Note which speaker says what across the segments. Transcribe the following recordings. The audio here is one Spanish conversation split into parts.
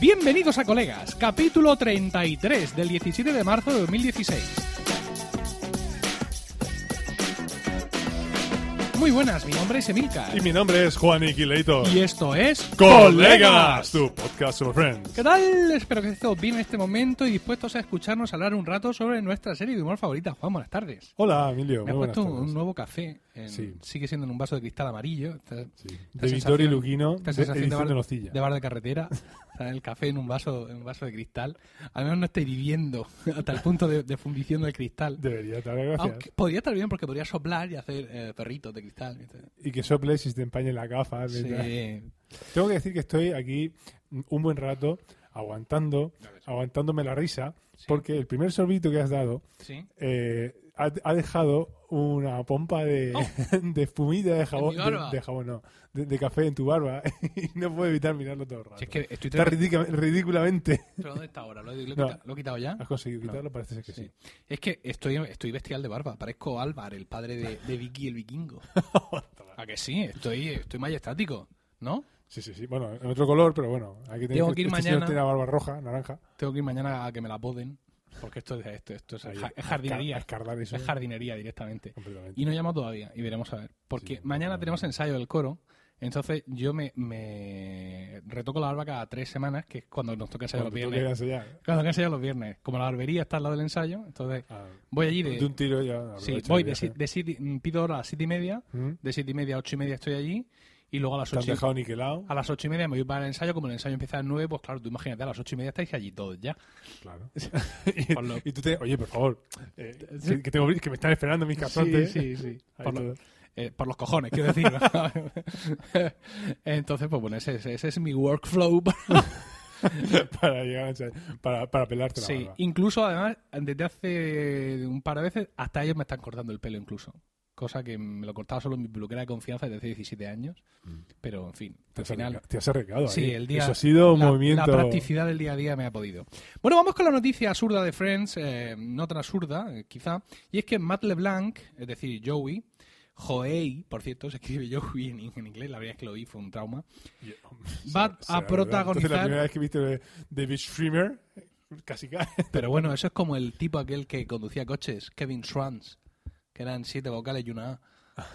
Speaker 1: Bienvenidos a Colegas, capítulo 33 del 17 de marzo de 2016. Muy buenas, mi nombre es Emilcar.
Speaker 2: Y mi nombre es Juan Iquileito.
Speaker 1: Y esto es
Speaker 2: ¡Colegas! Tu podcast sobre Friends.
Speaker 1: ¿Qué tal? Espero que estéis bien en este momento y dispuestos a escucharnos hablar un rato sobre nuestra serie de humor favorita. Juan, buenas tardes.
Speaker 2: Hola, Emilio.
Speaker 1: Me has
Speaker 2: muy buenas
Speaker 1: puesto un,
Speaker 2: tardes.
Speaker 1: un nuevo café. en-
Speaker 2: Sí.
Speaker 1: Sigue siendo en un vaso de cristal amarillo. Esta- esta
Speaker 2: Sí. De
Speaker 1: sensación-
Speaker 2: Vittorio Luquino,
Speaker 1: esta
Speaker 2: de
Speaker 1: sensación
Speaker 2: edición
Speaker 1: bar-
Speaker 2: de Nocilla.
Speaker 1: de bar de carretera. O sea, el café en un vaso en un vaso de cristal. Al menos no estáis viviendo hasta el punto de, de fundición del cristal.
Speaker 2: Debería te dar las gracias.
Speaker 1: Aunque podría estar bien porque podría soplar y hacer eh, perritos de cristal. ¿viste?
Speaker 2: Y que sople si te empañen la gafa. mientras-
Speaker 1: Sí.
Speaker 2: Tengo que decir que estoy aquí un buen rato aguantando, aguantándome la risa, porque el primer sorbito que has dado
Speaker 1: Sí.
Speaker 2: eh, ha, ha dejado una pompa de, de espumita de jabón,
Speaker 1: Oh. mi
Speaker 2: de,
Speaker 1: barba.
Speaker 2: de jabón no, de, de café en tu barba y no puedo evitar mirarlo todo el rato.
Speaker 1: Si es que estoy
Speaker 2: Está
Speaker 1: tra-
Speaker 2: ridica- ridículamente.
Speaker 1: ¿Pero dónde está ahora? ¿Lo, he- lo he
Speaker 2: No. Ah.
Speaker 1: quita- lo he quitado ya?
Speaker 2: ¿Has conseguido
Speaker 1: No.
Speaker 2: quitarlo? Parece ser que sí.
Speaker 1: Sí. Es que estoy, estoy bestial de barba. Parezco Álvar, el padre de, de Vicky el vikingo. ¿A que sí? Estoy, estoy majestático, ¿no?
Speaker 2: Sí, sí, sí. Bueno, en otro color, pero bueno. Aquí
Speaker 1: Tengo que ir mañana.
Speaker 2: este tiene la barba roja, naranja.
Speaker 1: Tengo que ir mañana a que me la poden. Porque esto es esto, esto es,
Speaker 2: Ahí,
Speaker 1: ja-
Speaker 2: a
Speaker 1: es jardinería.
Speaker 2: escar- a escardar eso.
Speaker 1: Es jardinería directamente.
Speaker 2: Completamente.
Speaker 1: Y no llamo todavía, y veremos a ver. Porque
Speaker 2: Sí,
Speaker 1: mañana
Speaker 2: claro.
Speaker 1: tenemos ensayo del coro. Entonces yo me, me retoco la barba cada tres semanas, que es cuando nos toca ensayo
Speaker 2: Cuando
Speaker 1: los
Speaker 2: tú
Speaker 1: viernes.
Speaker 2: quieras ya.
Speaker 1: Cuando toca ensayo los viernes. Como la barbería está al lado del ensayo, entonces
Speaker 2: Ah,
Speaker 1: voy allí
Speaker 2: de un tiro ya.
Speaker 1: Sí,
Speaker 2: aprovecha
Speaker 1: voy
Speaker 2: el
Speaker 1: de,
Speaker 2: viaje.
Speaker 1: si- de siete- mm, pido hora a las siete y media,
Speaker 2: ¿Mm?
Speaker 1: de siete y media a ocho y media estoy allí, y luego a las
Speaker 2: Te han
Speaker 1: ocho y,
Speaker 2: dejado niquelado.
Speaker 1: a las ocho y media me voy para el ensayo, como el ensayo empieza a las nueve, pues claro, tú imagínate, a las ocho y media estáis allí todos ya.
Speaker 2: Claro.
Speaker 1: Por lo-
Speaker 2: y, y tú te. Oye, por favor. eh,
Speaker 1: Sí.
Speaker 2: que, que tengo, que me están esperando mis cazotes.
Speaker 1: sí, sí.
Speaker 2: Ahí
Speaker 1: Por, lo-
Speaker 2: todo.
Speaker 1: eh, por los cojones, quiero decir. ¿no? Entonces, pues bueno, ese, ese- ese es mi workflow.
Speaker 2: para llegar a ensayar. Para, para pelarte la
Speaker 1: sí,
Speaker 2: barba.
Speaker 1: incluso además, desde hace un par de veces, hasta ellos me están cortando el pelo incluso. Cosa que me lo cortaba solo mi peluquera de confianza desde hace 17 años.
Speaker 2: Mm.
Speaker 1: Pero, en fin,
Speaker 2: Te
Speaker 1: al
Speaker 2: has
Speaker 1: final...
Speaker 2: arregla- Te has arreglado. ahí.
Speaker 1: Sí, el día,
Speaker 2: Eso ha sido un
Speaker 1: la,
Speaker 2: movimiento.
Speaker 1: La practicidad del día a día me ha podido. Bueno, vamos con la noticia absurda de Friends, eh, no tan absurda, eh, quizá, y es que Matt LeBlanc, es decir, Joey, Joey, por cierto, se escribe Joey en, en inglés, la verdad es que lo oí, fue un trauma.
Speaker 2: Y-
Speaker 1: Va
Speaker 2: será- será
Speaker 1: a
Speaker 2: verdad.
Speaker 1: protagonizar-
Speaker 2: Entonces, la primera vez que viste de- David Streamer, casi casi.
Speaker 1: Pero bueno, eso es como el tipo aquel que conducía coches, Kevin Schranz, que eran siete vocales y una A.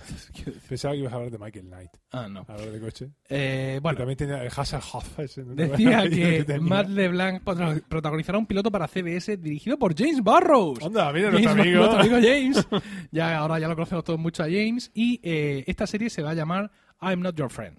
Speaker 1: Quiero decir-
Speaker 2: Pensaba que ibas a hablar de Michael Knight,
Speaker 1: ah, no.
Speaker 2: a hablar de coche.
Speaker 1: Eh,
Speaker 2: Bueno,
Speaker 1: bueno,
Speaker 2: también tenía el Hasselhoff. ese, ¿no?
Speaker 1: decía que
Speaker 2: tenía.
Speaker 1: Matt LeBlanc prota- protagonizará un piloto para CBS dirigido por James Barrows.
Speaker 2: Anda, mira
Speaker 1: James
Speaker 2: nuestro amigo.
Speaker 1: Bond, nuestro amigo James. Ya, ahora ya lo conocemos todos mucho a James. Y eh, esta serie se va a llamar I'm Not Your Friend.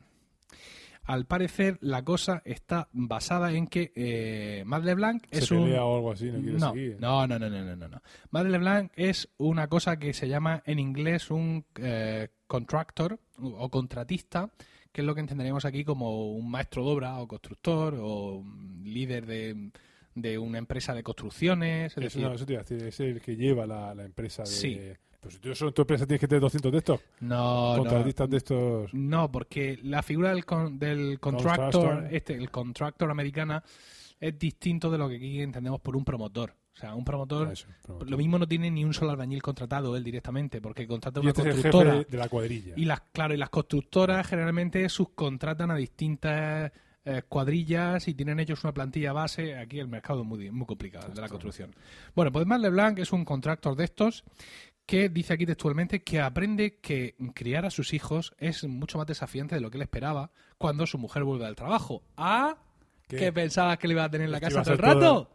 Speaker 1: Al parecer, la cosa está basada en que eh, Matt LeBlanc
Speaker 2: Se
Speaker 1: es
Speaker 2: pelea
Speaker 1: un.
Speaker 2: o algo así, no quiere
Speaker 1: No,
Speaker 2: seguir.
Speaker 1: no, no, no, no, no, no, no. Matt LeBlanc es una cosa que se llama en inglés un eh, contractor o contratista, que es lo que entenderíamos aquí como un maestro de obra o constructor o mm, líder de, de una empresa de construcciones. Es
Speaker 2: Eso,
Speaker 1: decir,
Speaker 2: no, eso te iba a decir, es el que lleva la, la empresa de...
Speaker 1: Sí.
Speaker 2: Pues si tú solo en tu empresa tienes que tener 200 de estos,
Speaker 1: no, no,
Speaker 2: contratistas de estos...
Speaker 1: No, porque la figura del, con- del contractor,
Speaker 2: Contractor.
Speaker 1: este, el contractor americana, es distinto de lo que aquí entendemos por un promotor. O sea, un promotor,
Speaker 2: Ah, eso, promotor.
Speaker 1: lo mismo no tiene ni un solo albañil contratado él directamente, porque contrata
Speaker 2: y
Speaker 1: una
Speaker 2: este es el jefe
Speaker 1: constructora.
Speaker 2: de, de la cuadrilla.
Speaker 1: Y las, claro, y las constructoras generalmente subcontratan a distintas eh, cuadrillas y tienen ellos una plantilla base. Aquí el mercado es muy, di- muy complicado, el de la construcción. Bueno, pues Matt LeBlanc es un contractor de estos que dice aquí textualmente que aprende que criar a sus hijos es mucho más desafiante de lo que él esperaba cuando su mujer vuelve al trabajo. ¿Ah?
Speaker 2: ¿Qué?
Speaker 1: ¿Que pensabas que le iba a tener en la
Speaker 2: Que
Speaker 1: casa
Speaker 2: iba a
Speaker 1: todo el
Speaker 2: hacer
Speaker 1: rato?
Speaker 2: todo.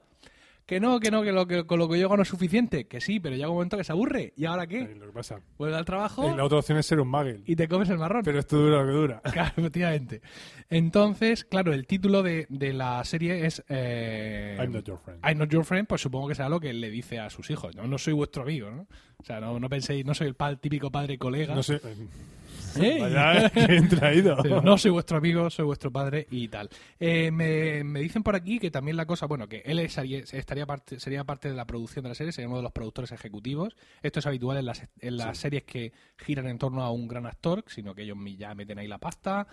Speaker 1: Que no, que no, que, lo, que con lo que yo gano es suficiente. Que sí, pero llega un momento que se aburre. ¿Y ahora
Speaker 2: Eh,
Speaker 1: qué?
Speaker 2: Lo que pasa.
Speaker 1: Vuelve al trabajo
Speaker 2: Eh, la otra opción es ser un Magel.
Speaker 1: y te comes el marrón.
Speaker 2: Pero esto dura lo que dura.
Speaker 1: Claro, efectivamente. Entonces, claro, el título de, de la serie es eh,
Speaker 2: I'm not your friend.
Speaker 1: I'm not your friend, pues supongo que será lo que él le dice a sus hijos. No, no soy vuestro amigo, ¿no? O sea, no, no penséis, no soy el pa- típico padre colega.
Speaker 2: No sé...
Speaker 1: ¡Ey!
Speaker 2: Vaya, que he traído.
Speaker 1: Sí, ¿Eh? No soy vuestro amigo, soy vuestro padre y tal. Eh, me, me dicen por aquí que también la cosa, bueno, que él estaría, estaría parte, sería parte de la producción de la serie, sería uno de los productores ejecutivos. Esto es habitual en las, en las series que giran en torno a un gran actor, sino que ellos mi- ya meten ahí la pasta.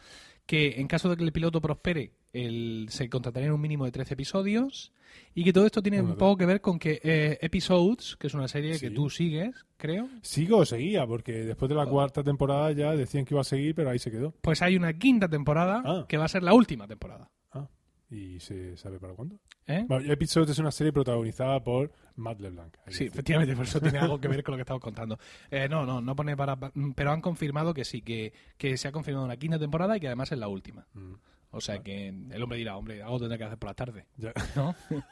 Speaker 1: Que en caso de que el piloto prospere, el- se contratarían un mínimo de 13 episodios. Y que todo esto tiene
Speaker 2: Bueno,
Speaker 1: un poco que ver con que eh, Episodes, que es una serie que
Speaker 2: Sí.
Speaker 1: tú sigues, creo,
Speaker 2: Sigo o seguía, porque después de la cuarta temporada ya decían que iba a seguir, pero ahí se quedó.
Speaker 1: pues hay una quinta temporada
Speaker 2: Ah.
Speaker 1: que va a ser la última temporada.
Speaker 2: Ah. ¿Y se sabe para cuándo?
Speaker 1: ¿Eh?
Speaker 2: Bueno, Episode es una serie protagonizada por Matt LeBlanc. Hay que
Speaker 1: Sí,
Speaker 2: decir.
Speaker 1: efectivamente, por eso tiene algo que ver con lo que estamos contando. Eh, no, no, no pone para. pa- Pero han confirmado que sí, que, que se ha confirmado una quinta temporada y que además es la última.
Speaker 2: Mm,
Speaker 1: O sea que el hombre dirá, hombre, algo tendrá que hacer por la tarde,
Speaker 2: ya.
Speaker 1: ¿no?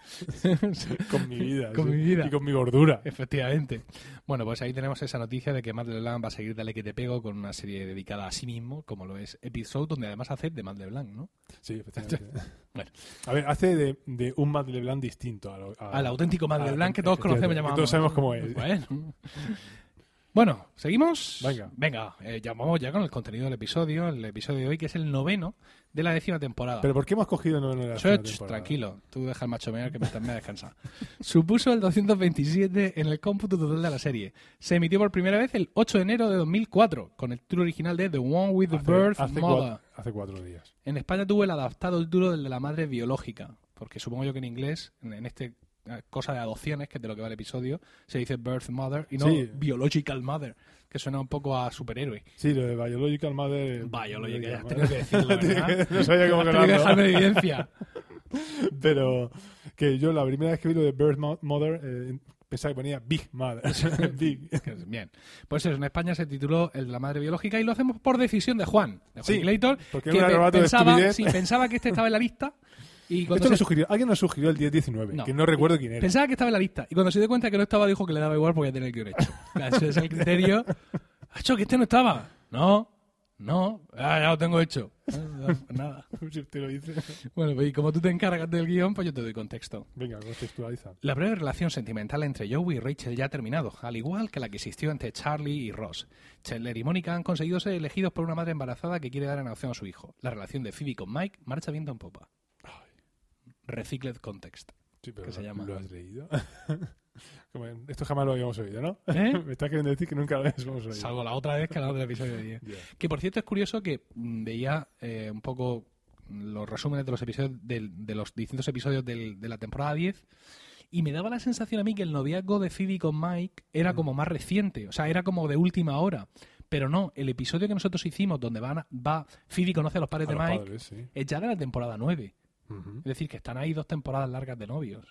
Speaker 2: con mi vida.
Speaker 1: Con
Speaker 2: sí.
Speaker 1: mi vida. Eh.
Speaker 2: Y con mi gordura.
Speaker 1: Efectivamente. Bueno, pues ahí tenemos esa noticia de que Matt LeBlanc va a seguir Dale que te pego con una serie dedicada a sí mismo, como lo es Episode, donde además hace de Matt LeBlanc, ¿no?
Speaker 2: Sí, efectivamente.
Speaker 1: Bueno.
Speaker 2: A ver, hace de, de un Matt LeBlanc distinto a lo- a-
Speaker 1: Al auténtico Matt
Speaker 2: Ah,
Speaker 1: LeBlanc que todos conocemos
Speaker 2: efectivamente, que
Speaker 1: llamamos.
Speaker 2: todos sabemos cómo es.
Speaker 1: Pues Bueno. Bueno, ¿seguimos?
Speaker 2: Eh, Venga.
Speaker 1: Venga, eh, ya vamos ya con el contenido del episodio, el episodio de hoy que es el noveno de la décima temporada.
Speaker 2: ¿Pero por qué hemos cogido noveno de la
Speaker 1: Choch,
Speaker 2: segunda temporada?
Speaker 1: tranquilo, tú deja el macho menor que me me ha descansado. Supuso el 227 en el cómputo total de la serie. Se emitió por primera vez el 8 de enero de 2004 con el título original de The One with the
Speaker 2: Hace-
Speaker 1: Birth
Speaker 2: hace,
Speaker 1: Mother.
Speaker 2: cuatro, hace cuatro días.
Speaker 1: En España tuvo el adaptado el duro del de la madre biológica, porque supongo yo que en inglés, en, en este eh, cosa de adopciones, que es de lo que va el episodio, se dice birth mother y no
Speaker 2: Sí.
Speaker 1: biological mother, que suena un poco a superhéroe.
Speaker 2: Sí, lo de Biological Mother.
Speaker 1: Biological,
Speaker 2: Biological
Speaker 1: has tenido que decirlo, ¿verdad?
Speaker 2: no sabía cómo
Speaker 1: Has tenido que
Speaker 2: grabarlo.
Speaker 1: dejarme evidencia.
Speaker 2: Pero que yo la primera vez que vi lo de Birth Mo- Mother eh, pensaba que ponía Big Mother. Big.
Speaker 1: Bien. Pues eso, en España se tituló El de la madre biológica y lo hacemos por decisión de Juan, de Juan
Speaker 2: Sí,
Speaker 1: Clayton,
Speaker 2: porque
Speaker 1: que
Speaker 2: era un
Speaker 1: pe-
Speaker 2: arrebato de
Speaker 1: pensaba,
Speaker 2: estupidez.
Speaker 1: sí, pensaba que este estaba en la lista y cuando
Speaker 2: Esto lo
Speaker 1: se-
Speaker 2: sugirió, alguien nos sugirió el 10-19,
Speaker 1: No.
Speaker 2: que no recuerdo quién era.
Speaker 1: Pensaba que estaba en la lista. Y cuando se dio cuenta que no estaba, dijo que le daba igual porque tenía el guión hecho. Claro, ese es el criterio. hecho que este no estaba! No, no. Ah, ya lo tengo hecho. Ah, no, pues nada.
Speaker 2: Si usted lo dice.
Speaker 1: Bueno, pues y como tú te encargas del guión, pues yo te doy contexto.
Speaker 2: Venga, contextualiza.
Speaker 1: La breve relación sentimental entre Joey y Rachel ya ha terminado, al igual que la que existió entre Charlie y Ross. Chandler y Mónica han conseguido ser elegidos por una madre embarazada que quiere dar en adopción a su hijo. La relación de Phoebe con Mike marcha viento en popa. Recicled context.
Speaker 2: Sí, pero
Speaker 1: ¿Qué se
Speaker 2: lo-
Speaker 1: llama?
Speaker 2: ¿Lo has leído? Como en- Esto jamás lo habíamos oído, ¿no?
Speaker 1: ¿Eh?
Speaker 2: Me estás queriendo decir que nunca lo habíamos oído.
Speaker 1: Salvo la otra vez que hablamos del episodio de 10.
Speaker 2: Ya.
Speaker 1: Que por cierto es curioso que mm, veía eh, un poco los resúmenes de los episodios del- de los distintos episodios del- de la temporada 10 y me daba la sensación a mí que el noviazgo de Phoebe con Mike era
Speaker 2: Mm.
Speaker 1: como más reciente, o sea, era como de última hora. Pero no, el episodio que nosotros hicimos donde van a- va Phoebe conoce a los padres
Speaker 2: A
Speaker 1: de
Speaker 2: los
Speaker 1: Mike
Speaker 2: padres, sí.
Speaker 1: es ya de la temporada 9.
Speaker 2: Ujú.
Speaker 1: Es decir, que están ahí dos temporadas largas de novios.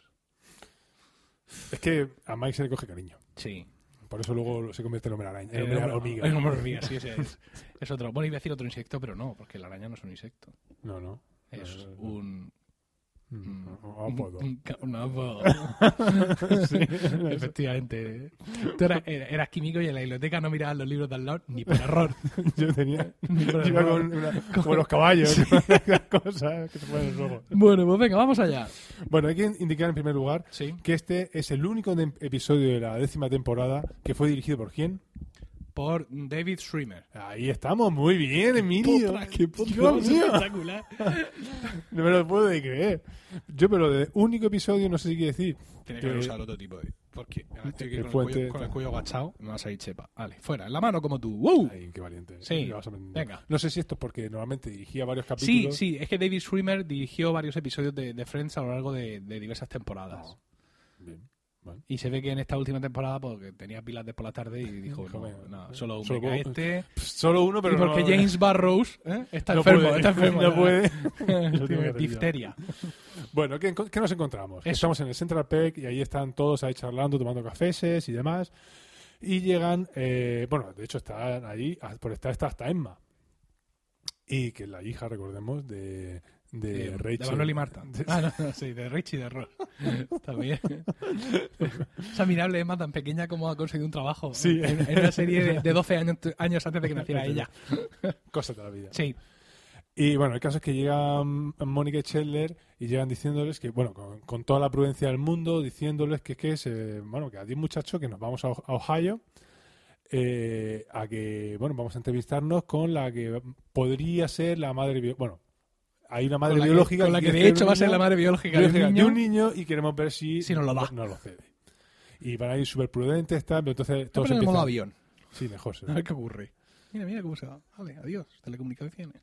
Speaker 2: Es que a Mike se le coge cariño.
Speaker 1: Sí.
Speaker 2: Por eso luego se convierte en hombre araña. En
Speaker 1: El
Speaker 2: hombre
Speaker 1: hombre-
Speaker 2: Eh, hormiga.
Speaker 1: el hombre hormiga, sí, ese es. Es otro. Bueno, iba a decir otro insecto, pero no, porque la araña no es un insecto.
Speaker 2: No, no.
Speaker 1: Es
Speaker 2: No, no, no.
Speaker 1: un
Speaker 2: Mm,
Speaker 1: Mm.
Speaker 2: un poco.
Speaker 1: Un- un apodo.
Speaker 2: Sí, no, eso-
Speaker 1: Efectivamente. Tú eras, er- eras químico y en la biblioteca no mirabas los libros de al lado ni por error.
Speaker 2: Yo tenía.
Speaker 1: ni por
Speaker 2: Iba
Speaker 1: error.
Speaker 2: con, una- como los caballos, las cosas que se ponen luego.
Speaker 1: Bueno, pues venga, vamos allá.
Speaker 2: Bueno, hay que indicar en primer lugar
Speaker 1: Sí.
Speaker 2: que este es el único de- episodio de la décima temporada que fue dirigido por quién.
Speaker 1: Por David Schremer.
Speaker 2: Ahí estamos, muy bien, Emilio.
Speaker 1: Potra, qué potra,
Speaker 2: Dios
Speaker 1: es
Speaker 2: mío,
Speaker 1: espectacular.
Speaker 2: no me lo puedo de creer. Yo, pero de único episodio, no sé si quiere decir.
Speaker 1: Tiene que
Speaker 2: que haber
Speaker 1: usar
Speaker 2: usado
Speaker 1: otro tipo de. Porque ahora estoy aquí
Speaker 2: El
Speaker 1: con el, cuello,
Speaker 2: puente-
Speaker 1: con el cuello agachado. Me vas a ir chepa. Vale, fuera, en la mano como tú. ¡Wow!
Speaker 2: Ay, Uh, qué valiente.
Speaker 1: Sí,
Speaker 2: Me vas sorprendiendo.
Speaker 1: venga.
Speaker 2: No sé si esto es porque normalmente dirigía varios
Speaker 1: Sí,
Speaker 2: capítulos.
Speaker 1: sí, es que David Schremer dirigió varios episodios de, de Friends a lo largo de, de diversas temporadas.
Speaker 2: No. Bien.
Speaker 1: Y se ve que en esta última temporada porque tenía pilas de por la tarde y dijo,
Speaker 2: Dijo,
Speaker 1: no,
Speaker 2: venga,
Speaker 1: no, solo un
Speaker 2: solo
Speaker 1: beca
Speaker 2: puedo-
Speaker 1: este.
Speaker 2: Pff, Solo uno, pero
Speaker 1: y porque
Speaker 2: no-
Speaker 1: James Barrows ¿eh? está
Speaker 2: no
Speaker 1: enfermo,
Speaker 2: puede.
Speaker 1: está enfermo.
Speaker 2: No puede. Lo tengo que
Speaker 1: Tiene
Speaker 2: hacer yo.
Speaker 1: difteria.
Speaker 2: Bueno, ¿qué, qué nos encontramos? Que
Speaker 1: Eso.
Speaker 2: Estamos en el Central Park y ahí están todos ahí charlando, tomando cafés y demás. Y llegan, eh, bueno, de hecho están allí, ah, por estar está hasta Emma. Y que es la hija, recordemos, de, de
Speaker 1: Eh, de
Speaker 2: Rachel.
Speaker 1: Manuel y Marta.
Speaker 2: De-
Speaker 1: Ah, no, no, sí, de Richie y de Ross. También. Es admirable Emma tan pequeña como ha conseguido un trabajo.
Speaker 2: Sí.
Speaker 1: En, en una serie de, de 12 años, años antes de que naciera ella.
Speaker 2: Cosas de la vida.
Speaker 1: Sí.
Speaker 2: Y bueno, el caso es que llegan Mónica y Scheller y llegan diciéndoles que, bueno, con, con toda la prudencia del mundo, diciéndoles que, que es, eh, bueno, que adiós muchachos, que nos vamos a, O- a Ohio, eh, a que, bueno, vamos a entrevistarnos con la que podría ser la madre, bio- bueno, hay una madre
Speaker 1: con la que-
Speaker 2: biológica.
Speaker 1: con la que
Speaker 2: quiere
Speaker 1: de
Speaker 2: ser
Speaker 1: hecho
Speaker 2: un
Speaker 1: va a ser
Speaker 2: niño-
Speaker 1: la madre biológica, de este
Speaker 2: biológica
Speaker 1: un
Speaker 2: de
Speaker 1: niño.
Speaker 2: un niño y queremos ver si
Speaker 1: Si nos lo da.
Speaker 2: no lo cede. Y van a ir súper prudentes, tal, pero entonces
Speaker 1: Voy a
Speaker 2: todos
Speaker 1: poner en modo
Speaker 2: empiezan...
Speaker 1: avión.
Speaker 2: Sí, mejor. será.
Speaker 1: A ver qué ocurre. Mira, mira cómo se va. Vale, adiós. Telecomunicaciones.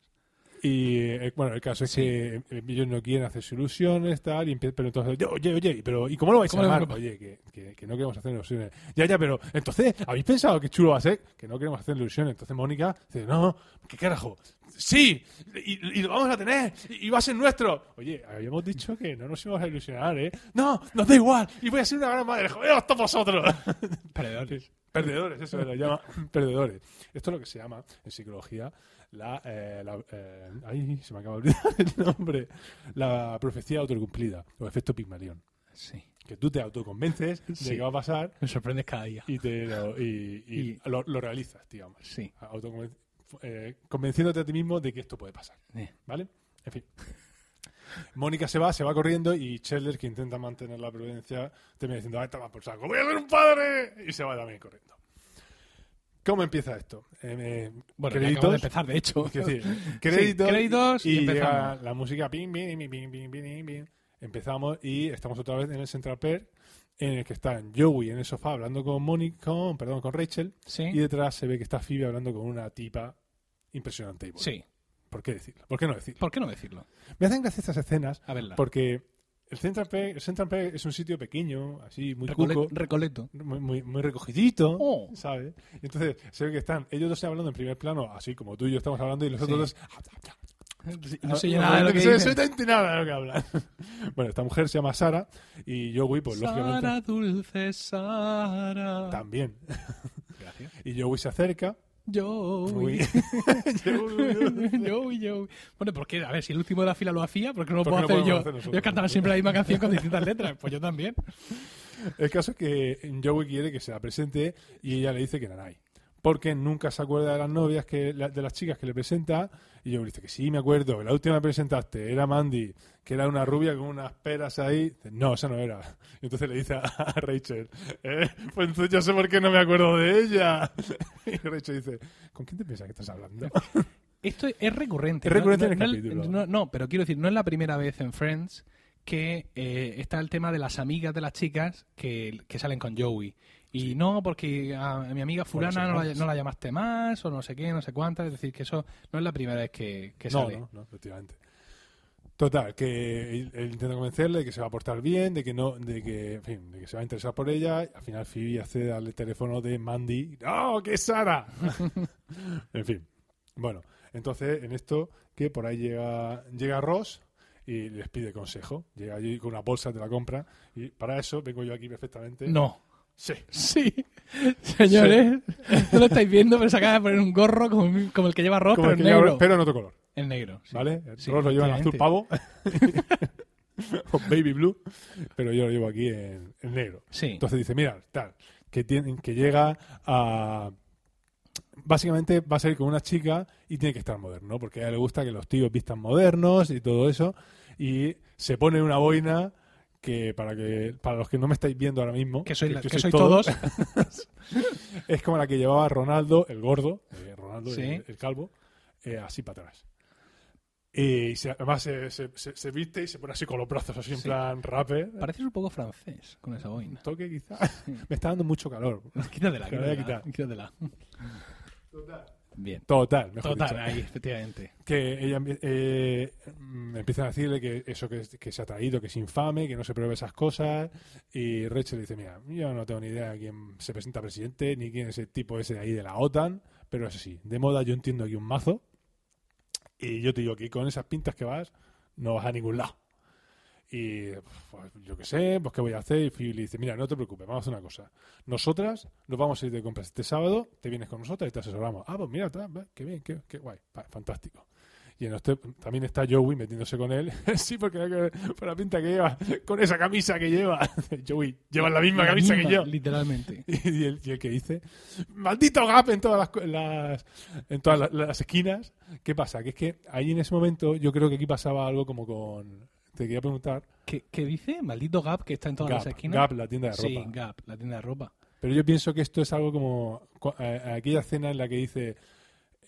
Speaker 2: Y eh, bueno, el caso es
Speaker 1: Sí.
Speaker 2: que eh, ellos no quieren hacerse ilusiones, tal, y empie- pero entonces, "Ya, oye, oye, pero ¿y cómo lo vais
Speaker 1: ¿Cómo
Speaker 2: a
Speaker 1: lo
Speaker 2: llamar?
Speaker 1: vamos a-
Speaker 2: Oye, que, que- que no queremos hacer ilusiones. Ya, ya, pero entonces, ¿habéis pensado qué chulo va a ser? Que no queremos hacer ilusiones. Entonces Mónica dice, no, ¿qué carajo? sí, y, y lo vamos a tener, y y va a ser nuestro. Oye, habíamos dicho que no nos íbamos a ilusionar, ¿eh? No, nos da igual, y voy a ser una gran madre, joderos todos vosotros.
Speaker 1: Perdedores.
Speaker 2: Perdedores, eso se lo llama. Perdedores. Esto es lo que se llama en psicología la. eh, la, eh, ay, se me acaba de olvidar el nombre. La profecía autocumplida o efecto Pigmalión.
Speaker 1: Sí.
Speaker 2: Que tú te autoconvences de
Speaker 1: Sí.
Speaker 2: que va a pasar
Speaker 1: Me sorprendes cada día.
Speaker 2: y, te lo, y, y
Speaker 1: Y-
Speaker 2: lo, lo realizas, digamos.
Speaker 1: Sí.
Speaker 2: Autoconven- eh, convenciéndote a ti mismo de que esto puede pasar.
Speaker 1: Eh.
Speaker 2: ¿Vale? En fin. Mónica se va, se va corriendo y Scheller, que intenta mantener la prudencia, termina diciendo, ¡Ah, toma por saco! ¡Voy a ser un padre! Y se va también corriendo. ¿Cómo empieza esto? Eh, eh,
Speaker 1: Bueno, ya acabo de
Speaker 2: créditos.
Speaker 1: empezar, de hecho.
Speaker 2: quiero decir, créditos,
Speaker 1: créditos y
Speaker 2: y llega
Speaker 1: empezamos.
Speaker 2: la música. Pim, pim, pim, pim, pim, pim, pim. Empezamos y estamos otra vez en el Central Perk, en el que están Joey en el sofá hablando con Mónica, con- perdón, con Rachel, y
Speaker 1: Sí.
Speaker 2: detrás se ve que está Phoebe hablando con una tipa impresionante. y buena.
Speaker 1: Sí.
Speaker 2: ¿Por qué decirlo? ¿Por qué no decirlo?
Speaker 1: ¿Por qué no decirlo?
Speaker 2: Me hacen gracia estas escenas
Speaker 1: A verla.
Speaker 2: porque el Central Perk, el Central Perk es un sitio pequeño, así, muy
Speaker 1: Recole-
Speaker 2: cuco,
Speaker 1: Recoleto.
Speaker 2: muy, muy, muy recogidito,
Speaker 1: Oh.
Speaker 2: ¿sabes? Y Entonces se ve que están ellos dos hablando en primer plano, así como tú y yo estamos hablando, y los
Speaker 1: Sí.
Speaker 2: otros dos...
Speaker 1: No sé
Speaker 2: Ah,
Speaker 1: nada de lo
Speaker 2: no
Speaker 1: que
Speaker 2: sé
Speaker 1: dice.
Speaker 2: absolutamente nada de lo que hablan. bueno, esta mujer se llama Sara y Joey, pues lógicamente,
Speaker 1: Sara, dulce Sara.
Speaker 2: también.
Speaker 1: Gracias.
Speaker 2: Y Joey se acerca.
Speaker 1: Yo.
Speaker 2: Uy.
Speaker 1: yo, yo. Bueno, porque, a ver, si el último de la fila lo hacía, ¿por qué no lo
Speaker 2: ¿Por
Speaker 1: puedo
Speaker 2: qué no
Speaker 1: hacer
Speaker 2: podemos
Speaker 1: yo?
Speaker 2: hacer nosotros?
Speaker 1: yo cantaba siempre la misma canción con distintas letras. Pues yo también.
Speaker 2: El caso es que Joey quiere que se la presente y ella le dice que Nanay. Porque nunca se acuerda de las novias, que la- de las chicas que le presenta. Y Joey dice que sí, me acuerdo, que la última que presentaste era Mandy, que era una rubia con unas peras ahí. Dice, no, esa no era. Y entonces le dice a, a Rachel, "Eh, pues entonces yo sé por qué no me acuerdo de ella. Y Rachel dice, ¿con quién te piensas que estás hablando?
Speaker 1: Esto es recurrente.
Speaker 2: Es
Speaker 1: ¿no?
Speaker 2: recurrente
Speaker 1: No-
Speaker 2: en el
Speaker 1: no-
Speaker 2: capítulo.
Speaker 1: No, no, pero quiero decir, no es la primera vez en Friends que eh, está el tema de las amigas de las chicas que, que salen con Joey. Y no, porque a, mi amiga fulana no la,
Speaker 2: semanas.
Speaker 1: no la llamaste más, o no sé qué, no sé cuántas. Es decir, que eso no es la primera vez que, que
Speaker 2: no,
Speaker 1: sale.
Speaker 2: no, no, efectivamente. Total, que él, él intenta convencerle de que se va a portar bien, de que no, de que, en fin, de que se va a interesar por ella. Al final Phoebe accede al teléfono de Mandy. ¡No, que es Sara! en fin. Bueno, entonces en esto que por ahí llega, llega Ross y les pide consejo. Llega allí con una bolsa de la compra y para eso vengo yo aquí perfectamente.
Speaker 1: No.
Speaker 2: Sí.
Speaker 1: Sí, señores, no lo estáis viendo, pero se acaba de poner un gorro como, como el que lleva Ross,
Speaker 2: Como
Speaker 1: pero
Speaker 2: el
Speaker 1: en
Speaker 2: que lleva-
Speaker 1: negro.
Speaker 2: pero en otro color.
Speaker 1: En negro, sí.
Speaker 2: ¿Vale?
Speaker 1: Sí,
Speaker 2: Todos lo llevan azul
Speaker 1: efectivamente.
Speaker 2: pavo. o baby blue. Pero yo lo llevo aquí en, en negro.
Speaker 1: Sí.
Speaker 2: Entonces dice, mira, tal, que, tienen, que llega a... Básicamente va a salir con una chica y tiene que estar moderno, porque a ella le gusta que los tíos vistan modernos y todo eso. Y se pone una boina que para que para los que no me estáis viendo ahora mismo,
Speaker 1: Que sois, la- que
Speaker 2: sois
Speaker 1: sois todos.
Speaker 2: es como la que llevaba Ronaldo, el gordo, eh, Ronaldo,
Speaker 1: Sí.
Speaker 2: el, el calvo, eh, así para atrás. Eh, Y se- además se, se- se- se viste y se pone así con los brazos, así en
Speaker 1: Sí.
Speaker 2: plan rape.
Speaker 1: Pareces un poco francés con esa boina.
Speaker 2: Toque quizá. Me está dando mucho calor.
Speaker 1: Quítatela,
Speaker 2: Que la voy a
Speaker 1: quítatela.
Speaker 2: quitar.
Speaker 1: quítatela. Bien.
Speaker 2: Total, mejor
Speaker 1: Total,
Speaker 2: dicho.
Speaker 1: ahí, efectivamente.
Speaker 2: Que ella empie- eh, mm, empiezan a decirle que eso que, es- que se ha traído, que es infame, que no se pruebe esas cosas. Y Rachel le dice, mira, yo no tengo ni idea de quién se presenta presidente, ni quién es el tipo ese de ahí de la OTAN, pero eso sí, de moda yo entiendo aquí un mazo. Y yo te digo que con esas pintas que vas, no vas a ningún lado. Y pues, yo qué sé, pues qué voy a hacer. Y Phoebe le dice, mira, no te preocupes, vamos a hacer una cosa. Nosotras nos vamos a ir de compras este sábado, te vienes con nosotras y te asesoramos. Ah, pues mira, ta, va, qué bien, qué, qué guay, fa- fantástico. Y en este- también está Joey metiéndose con él. sí, porque hay que ver por la pinta que lleva, con esa camisa que lleva. Joey, llevas la misma
Speaker 1: La
Speaker 2: camisa
Speaker 1: misma,
Speaker 2: que yo.
Speaker 1: Literalmente.
Speaker 2: Y el, y el que dice, maldito gap en todas las, cu- las- en todas la- las, esquinas. ¿Qué pasa? Que es que ahí en ese momento yo creo que aquí pasaba algo como con... Te quería preguntar.
Speaker 1: ¿Qué, qué dice? Maldito Gap que está en todas
Speaker 2: Gap,
Speaker 1: las esquinas.
Speaker 2: Gap, la tienda de ropa.
Speaker 1: sí, Gap, la tienda de ropa.
Speaker 2: Pero yo pienso que esto es algo como cu- a- a aquella escena en la que dice,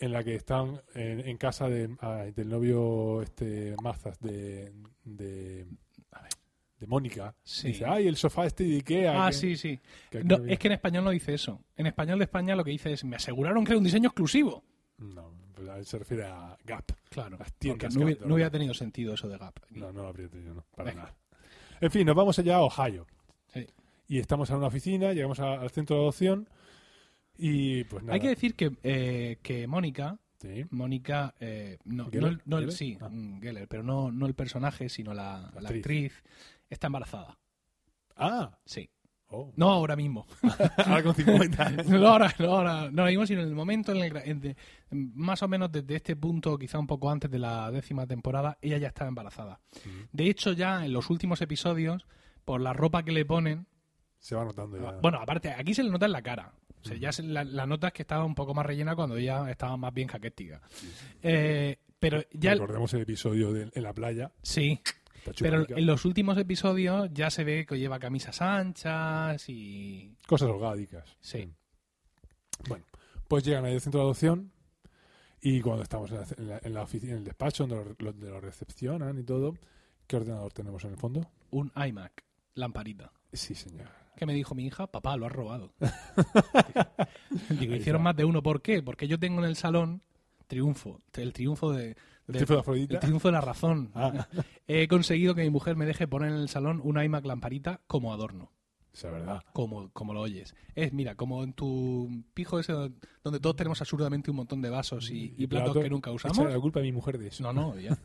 Speaker 2: en la que están en, en casa de, ay, del novio este Mazas de, de, a ver, de Mónica.
Speaker 1: Sí.
Speaker 2: Dice, ay, el sofá este de Ikea.
Speaker 1: Ah,
Speaker 2: que-
Speaker 1: sí, sí.
Speaker 2: que aquí
Speaker 1: No,
Speaker 2: no viene".
Speaker 1: es que en español no dice eso. En español de España lo que dice es, me aseguraron que era un diseño exclusivo.
Speaker 2: No, pero él se refiere a Gap.
Speaker 1: Claro,
Speaker 2: Las
Speaker 1: porque
Speaker 2: tiendas que
Speaker 1: no, hubiera,
Speaker 2: venden
Speaker 1: no hubiera
Speaker 2: ropa.
Speaker 1: tenido sentido eso de Gap.
Speaker 2: No, no lo aprieto yo, no, para
Speaker 1: Venga.
Speaker 2: nada. En fin, nos vamos allá a Ohio.
Speaker 1: Sí.
Speaker 2: Y estamos en una oficina, llegamos a- al centro de adopción y pues nada.
Speaker 1: Hay que decir que, eh, que Mónica
Speaker 2: Sí.
Speaker 1: Mónica, eh, no,
Speaker 2: ¿Geller?
Speaker 1: no el- no el-
Speaker 2: ¿Geller?
Speaker 1: sí,
Speaker 2: Ah.
Speaker 1: mm, Geller, pero no, no el personaje, sino la, la
Speaker 2: Actriz.
Speaker 1: actriz. Está embarazada,
Speaker 2: Ah,
Speaker 1: sí.
Speaker 2: oh.
Speaker 1: No ahora mismo.
Speaker 2: ahora con 50 años.
Speaker 1: no ahora, no ahora, no ahora mismo, sino en el momento, en el, gra- en de- más o menos desde este punto, quizá un poco antes de la décima temporada, ella ya estaba embarazada.
Speaker 2: Ujú.
Speaker 1: De hecho, ya en los últimos episodios, por la ropa que le ponen,
Speaker 2: Se va notando ya.
Speaker 1: bueno, aparte, aquí se le nota en la cara. O sea, ya se- la, la nota es que estaba un poco más rellena cuando ella estaba más bien jaquética. Eh, pero ya,
Speaker 2: Recordemos el episodio de- en la playa.
Speaker 1: sí, pero
Speaker 2: Pachuca,
Speaker 1: en los últimos episodios ya se ve que lleva camisas anchas y...
Speaker 2: Cosas orgádicas.
Speaker 1: Sí.
Speaker 2: Bueno, pues llegan ahí al centro de adopción y cuando estamos en la, en la- en la oficina, en el despacho donde lo, donde lo recepcionan y todo, ¿qué ordenador tenemos en el fondo?
Speaker 1: un iMac, lamparita.
Speaker 2: Sí, señor.
Speaker 1: que me dijo mi hija, papá, lo has robado. Digo, hicieron más de uno. ¿Por qué? Porque yo tengo en el salón triunfo, el triunfo de... de-
Speaker 2: El triunfo de Afrodita.
Speaker 1: el triunfo de la razón.
Speaker 2: Ah,
Speaker 1: He conseguido que mi mujer me deje poner en el salón una iMac lamparita como adorno,
Speaker 2: esa es verdad.
Speaker 1: como, como lo oyes. Es, mira, como en tu pijo ese donde todos tenemos absurdamente un montón de vasos y, y platos que nunca
Speaker 2: Echar
Speaker 1: usamos.
Speaker 2: la culpa a mi mujer de eso.
Speaker 1: No, no, ya.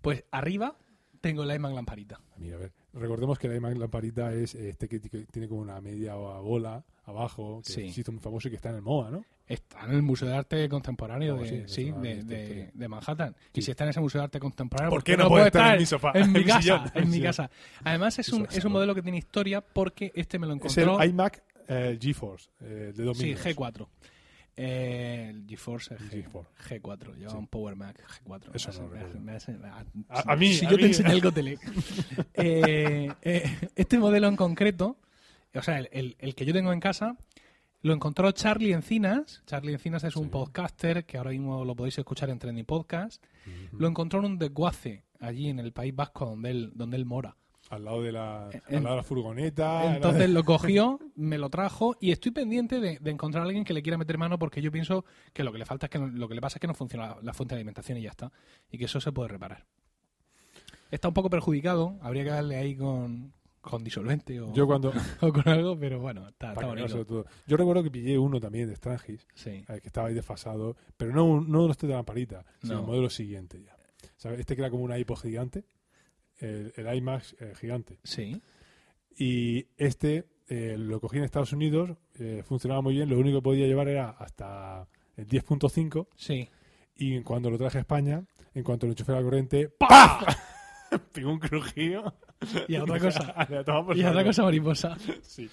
Speaker 1: Pues arriba tengo la iMac lamparita.
Speaker 2: Mira, a ver, recordemos que la imagen lamparita es este que t- que tiene como una media o- bola abajo, que
Speaker 1: Sí.
Speaker 2: existe muy famoso y que está en el MOA, ¿no?
Speaker 1: Está en el Museo de Arte Contemporáneo
Speaker 2: Ah,
Speaker 1: de,
Speaker 2: sí, eso
Speaker 1: sí,
Speaker 2: no lo he
Speaker 1: de,
Speaker 2: visto,
Speaker 1: de-
Speaker 2: sí.
Speaker 1: de Manhattan. Y
Speaker 2: Sí.
Speaker 1: si está en ese Museo de Arte Contemporáneo,
Speaker 2: ¿Por qué no puede estar en mi sofá,
Speaker 1: En
Speaker 2: en
Speaker 1: mi
Speaker 2: mi
Speaker 1: casa,
Speaker 2: sillón?
Speaker 1: en mi
Speaker 2: Sí.
Speaker 1: casa. Además, es
Speaker 2: Eso
Speaker 1: un,
Speaker 2: es
Speaker 1: es un
Speaker 2: algo.
Speaker 1: modelo que tiene historia porque este me lo
Speaker 2: Es el
Speaker 1: encontró.
Speaker 2: iMac eh, GeForce eh, de 2000.
Speaker 1: sí, G4. Eh, el GeForce
Speaker 2: El
Speaker 1: G,
Speaker 2: G4.
Speaker 1: 4 G4, lleva
Speaker 2: Sí.
Speaker 1: un Power Mac G4.
Speaker 2: Eso no
Speaker 1: Me
Speaker 2: lo
Speaker 1: hace- me hace- me hace-
Speaker 2: A- a mí,
Speaker 1: Si
Speaker 2: a
Speaker 1: yo
Speaker 2: mí.
Speaker 1: te enseñé algo, te leo. Eh, eh, este modelo en concreto, o sea, el, el- el que yo tengo en casa, lo encontró Charlie Encinas. Charlie Encinas es un
Speaker 2: Sí.
Speaker 1: podcaster que ahora mismo lo podéis escuchar en Trending Podcast.
Speaker 2: Mm.
Speaker 1: Lo encontró en un desguace allí en el País Vasco donde él, donde él mora.
Speaker 2: Al lado de la, al
Speaker 1: En-
Speaker 2: lado de la furgoneta. al lado
Speaker 1: Entonces
Speaker 2: de-
Speaker 1: lo cogió, me lo trajo y estoy pendiente de, de encontrar a alguien que le quiera meter mano porque yo pienso que lo que le falta es que no- lo que le pasa es que no funciona la, la fuente de alimentación y ya está y que eso se puede reparar. Está un poco perjudicado, habría que darle ahí con, con disolvente o,
Speaker 2: Yo cuando
Speaker 1: o con algo, pero bueno, está, está
Speaker 2: Para que no
Speaker 1: bonito.
Speaker 2: sea todo. Yo recuerdo que pillé uno también de Strangis,
Speaker 1: Sí.
Speaker 2: eh, que estaba ahí desfasado, pero no, un- no este de la parita, sino
Speaker 1: No.
Speaker 2: el modelo siguiente ya. ¿Sabes? Este que era como un iPod gigante, el, el iMac eh, gigante.
Speaker 1: Sí.
Speaker 2: Y este eh, lo cogí en Estados Unidos, eh, funcionaba muy bien, lo único que podía llevar era hasta eh, el 10.5
Speaker 1: Sí.
Speaker 2: y cuando lo traje a España, en cuanto lo enchufé a la corriente, ¡paf! Pegó un crujido.
Speaker 1: Y a otra cosa.
Speaker 2: A la toma por
Speaker 1: Y otra
Speaker 2: saco.
Speaker 1: cosa mariposa.
Speaker 2: Sí.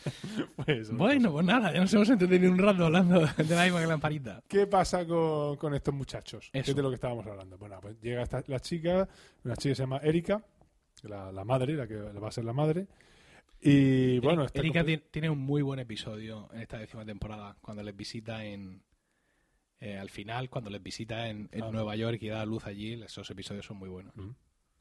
Speaker 2: Pues eso.
Speaker 1: Bueno, pues nada, ya nos hemos entretenido un rato hablando de la misma lamparita.
Speaker 2: ¿Qué pasa con, con estos muchachos?
Speaker 1: Eso.
Speaker 2: ¿Qué es de lo que estábamos hablando? Bueno, pues llega esta, la chica, una chica que se llama Erika, la, la madre, la que va a ser la madre. Y bueno, está
Speaker 1: E- Erika
Speaker 2: comple-
Speaker 1: ti- tiene un muy buen episodio en esta décima temporada, cuando les visita en. eh, al final, cuando les visita en, en
Speaker 2: Ah.
Speaker 1: Nueva York y da a luz allí, esos episodios son muy buenos.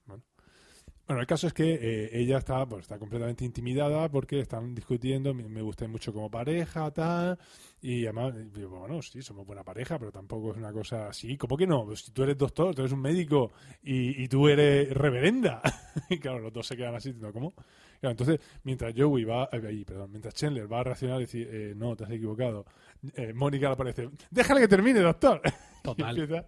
Speaker 2: bueno, el caso es que eh, ella está, pues, está completamente intimidada porque están discutiendo, me, me gustáis mucho como pareja, tal. Y además, eh, digo, bueno, sí, somos buena pareja, pero tampoco es una cosa así. ¿Cómo que no? Pues si tú eres doctor, tú eres un médico y, y tú eres reverenda. y claro, los dos se quedan así, diciendo, ¿cómo? Claro, entonces, mientras Joey va, eh, ahí, perdón, mientras Chandler va a reaccionar y decir, eh, no, te has equivocado, eh, Mónica le aparece, déjale que termine, doctor. Y,
Speaker 1: Total.
Speaker 2: empieza,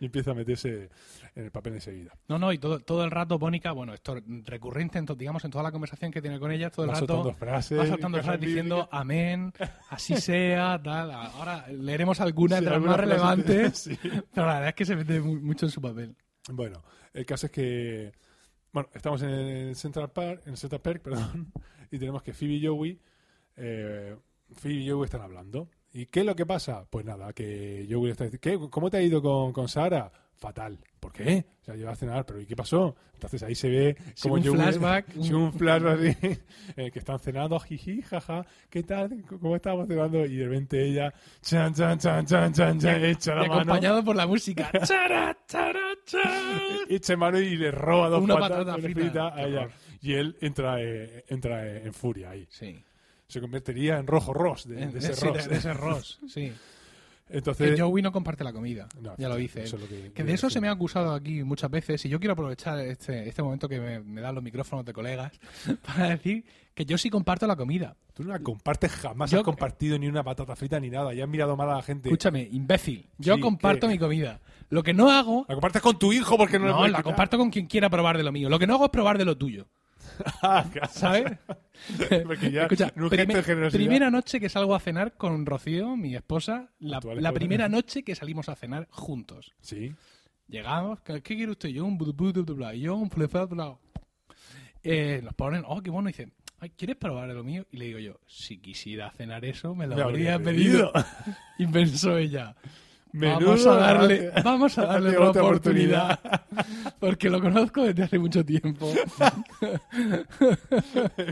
Speaker 2: y empieza a meterse en el papel enseguida.
Speaker 1: No, no, y todo, todo el rato Mónica, bueno, esto recurrente, en to- digamos, en toda la conversación que tiene con ella, todo el
Speaker 2: Va soltando
Speaker 1: rato
Speaker 2: frases.
Speaker 1: va saltando
Speaker 2: cosas
Speaker 1: frases diciendo
Speaker 2: bíblicas.
Speaker 1: amén, así sea, tal. Ahora leeremos algunas
Speaker 2: Sí,
Speaker 1: de las
Speaker 2: algunas
Speaker 1: más
Speaker 2: frases de-
Speaker 1: relevantes,
Speaker 2: sí.
Speaker 1: pero la verdad es que se mete mu- mucho en su papel.
Speaker 2: Bueno, el caso es que. Bueno, estamos en el Central Park, en Central Park, perdón, y tenemos que Phoebe y Joey. eh, Phoebe y Joey están hablando. ¿Y qué es lo que pasa? Pues nada, que Joey le está diciendo. "¿Qué? ¿Cómo te ha ido con, con Sara? Fatal. ¿Por qué? O sea, llevas a cenar, pero ¿y qué pasó? Entonces ahí se ve
Speaker 1: Sí,
Speaker 2: como ¿eh?
Speaker 1: un
Speaker 2: Joey-
Speaker 1: flashback,
Speaker 2: sí, un flashback así, en el que están cenando, jiji, jaja, ¿qué tal? ¿Cómo estábamos cenando? Y de repente ella, chan, chan, chan, chan, chan, chan, echa
Speaker 1: Y
Speaker 2: la mano.
Speaker 1: acompañado por la música. Chara, chara, chara.
Speaker 2: echa mano y le roba dos
Speaker 1: Una
Speaker 2: patas-
Speaker 1: patata
Speaker 2: una
Speaker 1: frita.
Speaker 2: a
Speaker 1: Qué
Speaker 2: ella.
Speaker 1: horror.
Speaker 2: Y él entra, eh, entra eh, en furia ahí.
Speaker 1: Sí.
Speaker 2: Se convertiría en rojo Ross, de, de
Speaker 1: Eh,
Speaker 2: ese
Speaker 1: sí,
Speaker 2: Ross.
Speaker 1: de- de ese Ross, sí.
Speaker 2: Entonces,
Speaker 1: que Joey no comparte la comida.
Speaker 2: No,
Speaker 1: ya lo
Speaker 2: efectivamente,
Speaker 1: dice.
Speaker 2: eso
Speaker 1: él.
Speaker 2: es lo que-
Speaker 1: que
Speaker 2: yo
Speaker 1: de eso se
Speaker 2: decía.
Speaker 1: me ha acusado aquí muchas veces y yo quiero aprovechar este, este momento que me, me dan los micrófonos de colegas para decir que yo sí comparto la comida.
Speaker 2: Tú no la compartes jamás,
Speaker 1: Yo-
Speaker 2: has compartido ni una patata frita ni nada, ya has mirado mal a la gente.
Speaker 1: Escúchame, imbécil. Yo
Speaker 2: Sí,
Speaker 1: comparto
Speaker 2: ¿qué?
Speaker 1: mi comida. Lo que no hago...
Speaker 2: La compartes con tu hijo porque no, le
Speaker 1: No,
Speaker 2: puedes
Speaker 1: la
Speaker 2: quitar.
Speaker 1: comparto con quien quiera probar de lo mío. Lo que no hago es probar de lo tuyo.
Speaker 2: Ah, claro.
Speaker 1: ¿Sabes?
Speaker 2: Porque ya,
Speaker 1: Escucha,
Speaker 2: en un gesto
Speaker 1: prime-
Speaker 2: de generosidad.
Speaker 1: primera noche que salgo a cenar con Rocío, mi esposa, la,
Speaker 2: Actual
Speaker 1: la
Speaker 2: esposa.
Speaker 1: primera noche que salimos a cenar juntos.
Speaker 2: Sí.
Speaker 1: Llegamos, ¿qué, qué quiere usted? Yo un budu- budu- budu- bla, yo un fle- fle- bla. Eh, nos ponen, oh, qué bueno, y dicen, "Ay, ¿quieres probar de lo mío? Y le digo yo, si quisiera cenar eso, me lo
Speaker 2: Me
Speaker 1: habría pedido. Y pensó ella, vamos
Speaker 2: Menudo
Speaker 1: a darle,
Speaker 2: gracia.
Speaker 1: vamos a darle
Speaker 2: Otra
Speaker 1: otra oportunidad, porque lo conozco desde hace mucho tiempo.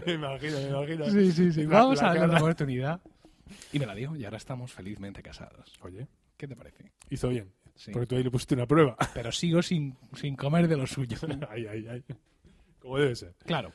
Speaker 2: me imagino, me imagino.
Speaker 1: Sí, sí, sí.
Speaker 2: La-
Speaker 1: Vamos
Speaker 2: la
Speaker 1: a darle
Speaker 2: cara.
Speaker 1: otra oportunidad. Y me la dio y ahora estamos felizmente casados.
Speaker 2: Oye,
Speaker 1: ¿Qué te parece?
Speaker 2: hizo bien.
Speaker 1: Sí.
Speaker 2: Porque tú ahí le pusiste una prueba.
Speaker 1: Pero sigo sin, sin comer de lo suyo.
Speaker 2: ay, ay, ay. Como debe ser.
Speaker 1: Claro.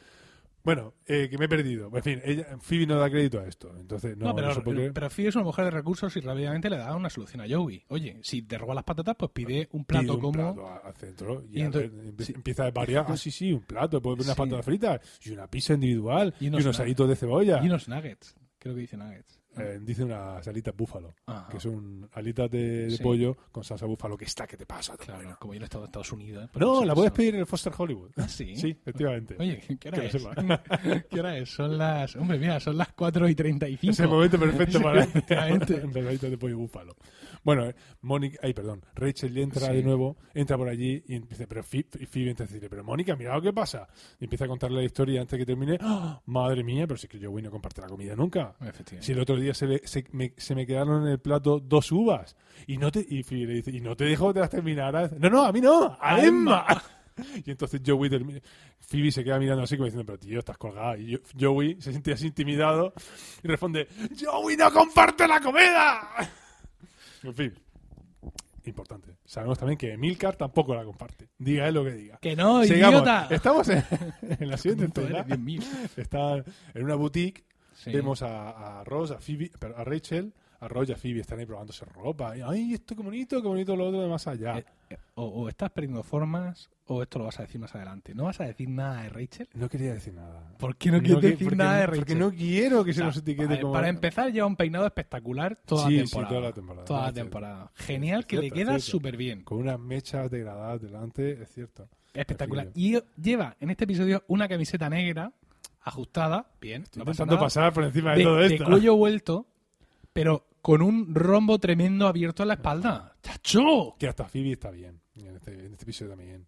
Speaker 1: Bueno,
Speaker 2: Bueno, eh, que me he perdido. En fin, ella, Phoebe no da crédito a esto. Entonces, no,
Speaker 1: no, pero,
Speaker 2: no sé por qué.
Speaker 1: pero Phoebe es una mujer de recursos y rápidamente le da una solución a Joey. Oye, si te roba las patatas, pues pide un plato
Speaker 2: Pide un
Speaker 1: como...
Speaker 2: plato a- al centro
Speaker 1: Y
Speaker 2: y, al-
Speaker 1: entonces-
Speaker 2: empie-
Speaker 1: sí.
Speaker 2: empieza a variar. Ah, sí, sí, un plato. Puedes poner unas
Speaker 1: Sí.
Speaker 2: patatas fritas y una pizza individual y
Speaker 1: Y
Speaker 2: unos,
Speaker 1: unos nuggets.
Speaker 2: salitos de cebolla.
Speaker 1: Y unos nuggets. Creo que dice nuggets. Ah,
Speaker 2: Eh, dice unas alitas búfalo,
Speaker 1: Ajá.
Speaker 2: Ah, que son alitas de, de
Speaker 1: Sí.
Speaker 2: pollo con salsa búfalo, que está que te pasa. tan
Speaker 1: Claro,
Speaker 2: bueno.
Speaker 1: como yo no he estado en Estados Unidos. pues
Speaker 2: No,
Speaker 1: sé
Speaker 2: la
Speaker 1: qué
Speaker 2: puedes
Speaker 1: son.
Speaker 2: pedir en el Foster Hollywood.
Speaker 1: ¿Ah, sí?
Speaker 2: Sí, efectivamente.
Speaker 1: Oye, ¿qué hora
Speaker 2: Que lo
Speaker 1: es?
Speaker 2: sepa.
Speaker 1: ¿Qué hora es? Son las... Hombre, mira, son las 4 y 35.
Speaker 2: Es el momento perfecto para
Speaker 1: Efectivamente.
Speaker 2: las alitas de pollo búfalo. Bueno, eh, Mónica, ay, perdón, Rachel entra
Speaker 1: Sí.
Speaker 2: de nuevo, entra por allí y empieza, pero Phoebe, Phoebe empieza a decirle, pero Mónica, mira lo que pasa. Y empieza a contarle la historia antes que termine. ¡Ah! Madre mía, pero si es que Joey no comparte la comida nunca.
Speaker 1: Efectivamente.
Speaker 2: Si el otro día se, le- se, me, se me quedaron en el plato dos uvas y no te y Phoebe le dice, y no te dijo que te las terminaras. No, no, a mí no, a,
Speaker 1: A
Speaker 2: Emma. Y entonces Joey termina, Phoebe se queda mirando así como diciendo, pero tío, estás colgada. Y yo- Joey se siente así intimidado y responde, Joey no comparte la comida. En fin, importante. Sabemos también que Milcar tampoco la comparte. Diga él lo que diga.
Speaker 1: ¡Que no,
Speaker 2: Sigamos.
Speaker 1: idiota!
Speaker 2: Estamos en, en la siguiente
Speaker 1: Tonto eres,
Speaker 2: escena.
Speaker 1: Dios mío.
Speaker 2: Está en una boutique
Speaker 1: Sí.
Speaker 2: Vemos a, a Ross, a Phoebe, pero a Rachel, a Ross y a Phoebe están ahí probándose ropa. Y, Ay, esto qué bonito, qué bonito lo otro de más allá.
Speaker 1: Eh, o, o estás perdiendo formas o esto lo vas a decir más adelante. ¿No vas a decir nada de Rachel?
Speaker 2: no quería decir nada.
Speaker 1: ¿Por qué no quieres
Speaker 2: que-
Speaker 1: decir
Speaker 2: porque-
Speaker 1: nada de Rachel?
Speaker 2: Porque no quiero que
Speaker 1: O sea,
Speaker 2: se nos etiquete
Speaker 1: para,
Speaker 2: como.
Speaker 1: para empezar lleva un peinado espectacular toda,
Speaker 2: Sí,
Speaker 1: la,
Speaker 2: sí,
Speaker 1: temporada,
Speaker 2: toda la temporada.
Speaker 1: Toda la
Speaker 2: Es cierto.
Speaker 1: temporada. Genial,
Speaker 2: Es
Speaker 1: que
Speaker 2: cierto,
Speaker 1: le
Speaker 2: es
Speaker 1: queda
Speaker 2: cierto.
Speaker 1: súper bien.
Speaker 2: Con unas mechas degradadas delante, es cierto.
Speaker 1: Espectacular. Y lleva en este episodio una camiseta negra ajustada, bien,
Speaker 2: Estoy
Speaker 1: no pasa
Speaker 2: intentando
Speaker 1: nada,
Speaker 2: pasar por encima de,
Speaker 1: de,
Speaker 2: todo
Speaker 1: de
Speaker 2: esto.
Speaker 1: cuello vuelto, pero con un rombo tremendo abierto en la espalda. ¡Chacho!
Speaker 2: Que hasta Phoebe está bien. Y En este, en este episodio también.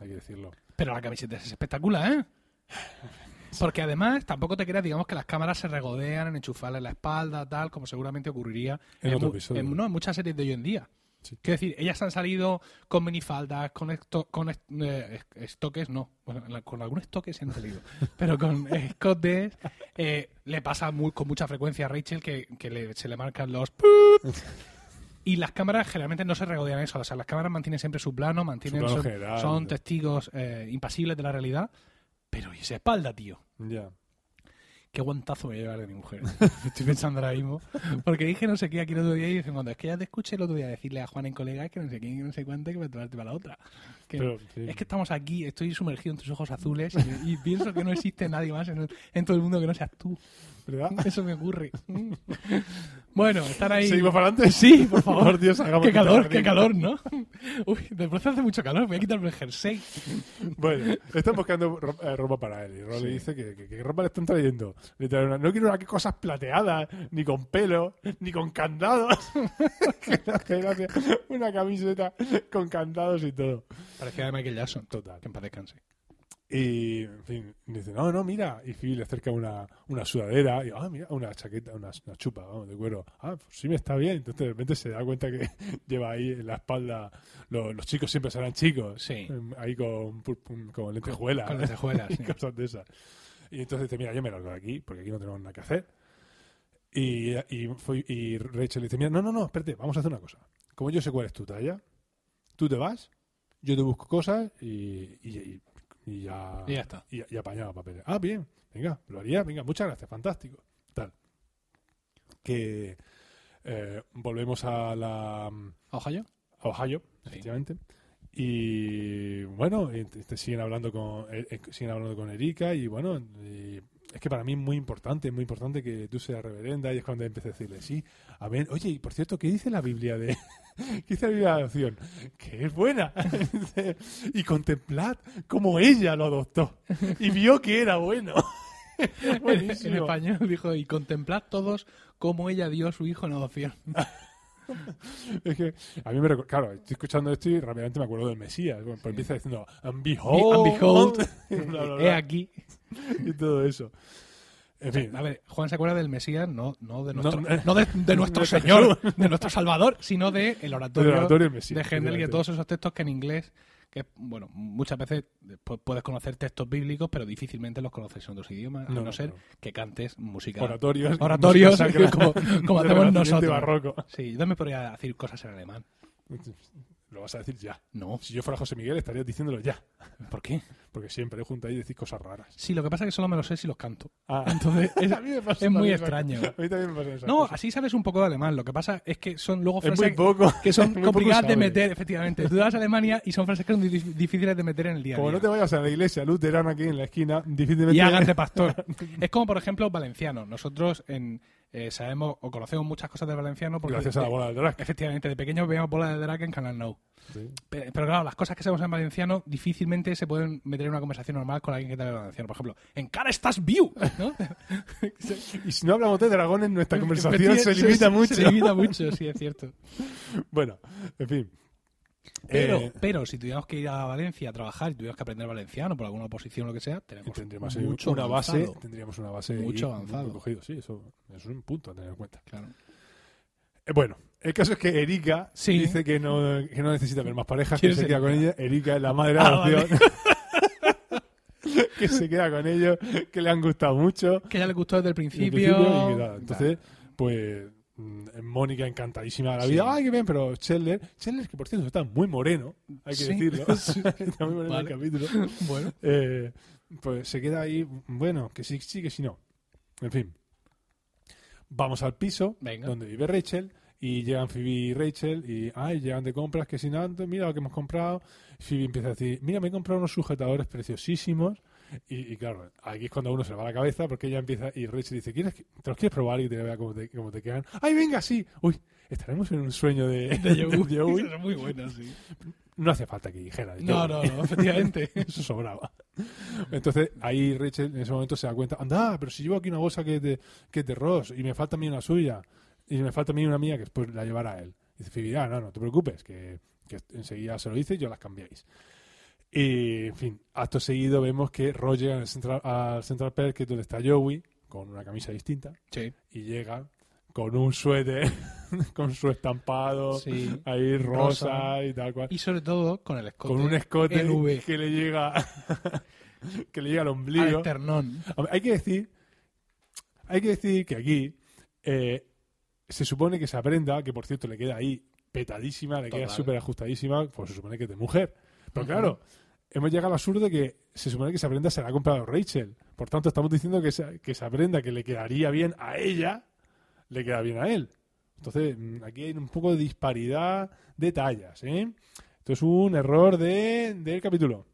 Speaker 2: Hay que decirlo.
Speaker 1: Pero la camiseta es espectacular, ¿eh? Porque además tampoco te creas, digamos, que las cámaras se regodean en enchufarle la espalda, tal, como seguramente ocurriría
Speaker 2: En otro
Speaker 1: mu-
Speaker 2: episodio.
Speaker 1: en- no, en muchas series de hoy en día.
Speaker 2: Sí.
Speaker 1: Quiero decir, ellas han salido con minifaldas, con, esto, con est- eh, es- estoques, no, bueno, en la- con algunos estoques se han salido, pero con escotes eh, le pasa muy- con mucha frecuencia a Rachel que, que le- se le marcan los... ¡pup! Y las cámaras generalmente no se regodean eso, o sea, las cámaras mantienen siempre su plano, mantienen
Speaker 2: plano
Speaker 1: son-
Speaker 2: general.
Speaker 1: son testigos eh, impasibles de la realidad, pero ¿y esa espalda, tío?
Speaker 2: Ya.
Speaker 1: Qué guantazo me voy a llevar de mi mujer. Estoy pensando ahora mismo. Porque dije no sé qué aquí el otro día y dicen, cuando es que ya te escuché el otro día decirle a Juan en colega que no sé quién, que no sé cuánto, que me tomarte para la otra. Que-
Speaker 2: Pero, sí.
Speaker 1: es que estamos aquí, estoy sumergido en tus ojos azules y, y pienso que no existe nadie más en, el- en todo el mundo que no seas tú.
Speaker 2: ¿Verdad?
Speaker 1: Eso me ocurre. bueno, estar ahí.
Speaker 2: ¿Seguimos para adelante?
Speaker 1: Sí, por favor.
Speaker 2: Por Dios, hagamos
Speaker 1: Qué
Speaker 2: que te
Speaker 1: calor,
Speaker 2: abrigue.
Speaker 1: qué calor, ¿no? Uy, de pronto hace mucho calor, voy a quitarme el jersey.
Speaker 2: Bueno, están buscando ro- eh, ropa para él. Y Ron
Speaker 1: Sí.
Speaker 2: le dice que, que- que ropa le están trayendo. Le traen una- no quiero una que cosas plateadas, ni con pelo, ni con candados. Que le hace gracia. una camiseta con candados y todo.
Speaker 1: Parecía de Michael Jackson.
Speaker 2: Total.
Speaker 1: Que en paz descanse.
Speaker 2: Y, en fin, dice, no, no, mira. Y Phoebe le acerca una, una sudadera. Y, ah, mira, una chaqueta, una, una chupa, vamos, de cuero. Ah, pues sí me está bien. Entonces de repente se da cuenta que lleva ahí en la espalda. Los, los chicos siempre serán chicos.
Speaker 1: Sí.
Speaker 2: Em, Ahí con, pul- con lentejuelas.
Speaker 1: Con las tejuelas.
Speaker 2: y cosas de esas. Y entonces dice, mira, yo me largo de aquí porque aquí no tenemos nada que hacer. Y, y, fui- y Rachel le dice, mira, no, no, no, espérate, vamos a hacer una cosa. Como yo sé cuál es tu talla, tú te vas, yo te busco cosas y, y, y- y ya...
Speaker 1: Y ya está.
Speaker 2: Y, y apañaba papeles. Ah, bien, venga, lo haría, venga, muchas gracias, fantástico. Tal. Que eh, volvemos a la mm,
Speaker 1: Ohio.
Speaker 2: a Ohio,
Speaker 1: Sí.
Speaker 2: efectivamente. Y bueno, y te- te siguen hablando con eh, eh, siguen hablando con Erika y bueno, y es que para mí es muy importante, es muy importante que tú seas reverenda y es cuando empecé a decirle, sí, a ver, oye, y por cierto, ¿qué dice la Biblia de ¿Qué dice la Biblia de adopción? Que es buena. y contemplad cómo ella lo adoptó y vio que era bueno.
Speaker 1: En
Speaker 2: Buenísimo.
Speaker 1: español dijo, y contemplad todos cómo ella dio a su hijo en adopción.
Speaker 2: Es que a mí me recu- claro, estoy escuchando esto y rápidamente me acuerdo del Mesías. Bueno, pues empieza diciendo, and behold,
Speaker 1: And behold,
Speaker 2: bla, bla,
Speaker 1: He
Speaker 2: bla,
Speaker 1: aquí.
Speaker 2: y todo eso. En fin,
Speaker 1: A ver, Juan se acuerda del Mesías, no, no de nuestro,
Speaker 2: No,
Speaker 1: no,
Speaker 2: eh,
Speaker 1: de, de nuestro Señor, de nuestro Salvador, sino de el oratorio,
Speaker 2: Del oratorio del Mesías,
Speaker 1: de Händel y de
Speaker 2: efectivamente.
Speaker 1: todos esos textos que en inglés, que bueno, muchas veces pues, puedes conocer textos bíblicos, pero difícilmente los conoces en otros idiomas,
Speaker 2: No,
Speaker 1: a no,
Speaker 2: no,
Speaker 1: ser
Speaker 2: no.
Speaker 1: que cantes música.
Speaker 2: oratorios.
Speaker 1: Oratorios,
Speaker 2: música sacra
Speaker 1: como- como
Speaker 2: del
Speaker 1: hacemos
Speaker 2: Renacimiento
Speaker 1: nosotros.
Speaker 2: barroco.
Speaker 1: Sí, yo también podría decir cosas en alemán.
Speaker 2: Lo vas a decir ya.
Speaker 1: No,
Speaker 2: Si yo fuera José Miguel estaría diciéndolo ya,
Speaker 1: ¿por qué?
Speaker 2: porque siempre junta ahí y decís cosas raras.
Speaker 1: Sí, lo que pasa es que solo me lo sé si los canto.
Speaker 2: Ah,
Speaker 1: Entonces, es,
Speaker 2: a mí me pasa
Speaker 1: es muy
Speaker 2: también,
Speaker 1: extraño.
Speaker 2: A mí también me pasa eso.
Speaker 1: No, así sabes un poco de alemán. Lo que pasa es que son luego
Speaker 2: es
Speaker 1: frases
Speaker 2: muy poco.
Speaker 1: que son
Speaker 2: muy poco
Speaker 1: complicadas de
Speaker 2: sabes.
Speaker 1: meter, efectivamente. Tú vas a Alemania y son frases que son dif- difíciles de meter en el día a
Speaker 2: Como
Speaker 1: día.
Speaker 2: no te vayas a la iglesia luterana aquí en la esquina, difícilmente
Speaker 1: Y hágate pastor. es como, por ejemplo, valenciano. Nosotros en, eh, sabemos o conocemos muchas cosas del valenciano porque...
Speaker 2: gracias a la bola de drag.
Speaker 1: Efectivamente, de pequeños veíamos bola de drag en Canal Now.
Speaker 2: Sí.
Speaker 1: Pero, pero claro, las cosas que sabemos en valenciano difícilmente se pueden meter en una conversación normal con alguien que te hable valenciano. Por ejemplo, en cara estás view, ¿no?
Speaker 2: Y si no hablamos de dragones, nuestra conversación se
Speaker 1: Efectivamente,
Speaker 2: limita mucho.
Speaker 1: Se limita mucho, sí, es cierto.
Speaker 2: Bueno, en fin.
Speaker 1: Pero,
Speaker 2: Eh,
Speaker 1: pero si tuviéramos que ir a Valencia a trabajar y tuviéramos que aprender valenciano por alguna oposición o lo que sea,
Speaker 2: y
Speaker 1: tenemos
Speaker 2: tendríamos ahí
Speaker 1: mucho
Speaker 2: una base,
Speaker 1: avanzado.
Speaker 2: tendríamos una base
Speaker 1: Mucho
Speaker 2: ahí,
Speaker 1: avanzado.
Speaker 2: muy cogido, sí, eso, eso es un punto a tener en cuenta.
Speaker 1: Claro.
Speaker 2: Eh, bueno, el caso es que Erika
Speaker 1: Sí.
Speaker 2: dice que no, que no necesita ver más parejas, que
Speaker 1: ¿Quién
Speaker 2: se
Speaker 1: es
Speaker 2: queda con ella. Erika es la madre de
Speaker 1: Ah,
Speaker 2: adopción. que se queda con ellos, que le han gustado mucho.
Speaker 1: Que ya le gustó desde el
Speaker 2: Y en
Speaker 1: principio.
Speaker 2: principio, y nada. Entonces, pues mm, Mónica encantadísima de la
Speaker 1: Sí.
Speaker 2: vida. ¡Ay, qué bien! Pero Scheller, Scheller que por cierto está muy moreno, hay que
Speaker 1: Sí.
Speaker 2: decirlo. está muy moreno en el
Speaker 1: Vale.
Speaker 2: capítulo.
Speaker 1: bueno,
Speaker 2: Eh, pues se queda ahí, bueno, que sí, sí, que sí, no. En fin. Vamos al piso
Speaker 1: Venga.
Speaker 2: donde vive Rachel y llegan Phoebe y Rachel y, ay, llegan de compras que sin antes, mira lo que hemos comprado. Phoebe empieza a decir, mira, me he comprado unos sujetadores preciosísimos. Y, y claro, aquí es cuando a uno se le va la cabeza porque ella empieza y Rachel dice, ¿Quieres que- ¿te los quieres probar y te vea cómo te, cómo te quedan? ¡Ay, venga, sí! Uy, estaremos en un sueño de,
Speaker 1: de Yogui.
Speaker 2: de Eh, Yogui.
Speaker 1: Es muy bueno, sí.
Speaker 2: No hace falta que dijera. de
Speaker 1: No,
Speaker 2: Yogui.
Speaker 1: no, no, efectivamente.
Speaker 2: Eso sobraba. Entonces, ahí Rachel en ese momento se da cuenta, anda, pero si llevo aquí una bolsa que es de, que es de Ross y me falta a mí una suya y me falta a mí una mía que después la llevará él. dice Phoebe, "Ah, no, no te preocupes, que, que enseguida se lo dice y yo las cambiáis. Y, en fin, acto seguido vemos que Ross llega al Central, al Central Perk, que es donde está Joey, con una camisa distinta,
Speaker 1: Sí,
Speaker 2: y llega con un suéter, con su estampado,
Speaker 1: sí.
Speaker 2: ahí rosa,
Speaker 1: Rosa.
Speaker 2: y tal cual
Speaker 1: Y sobre todo con el escote.
Speaker 2: con un escote
Speaker 1: en V.
Speaker 2: que le llega que le llega al
Speaker 1: al
Speaker 2: ombligo.
Speaker 1: esternón.
Speaker 2: Hombre, Hay que decir hay que decir que aquí eh, se supone que se aprenda, que por cierto le queda ahí petadísima, le queda
Speaker 1: Total.
Speaker 2: súper ajustadísima, pues se supone que es de mujer. Pero
Speaker 1: Ujú.
Speaker 2: claro, hemos llegado al absurdo que se supone que se aprenda se la ha comprado Rachel. Por tanto, estamos diciendo que se, que se aprenda que le quedaría bien a ella, le queda bien a él. Entonces, mm, aquí hay un poco de disparidad de tallas, ¿eh? Esto es un error de, del capítulo.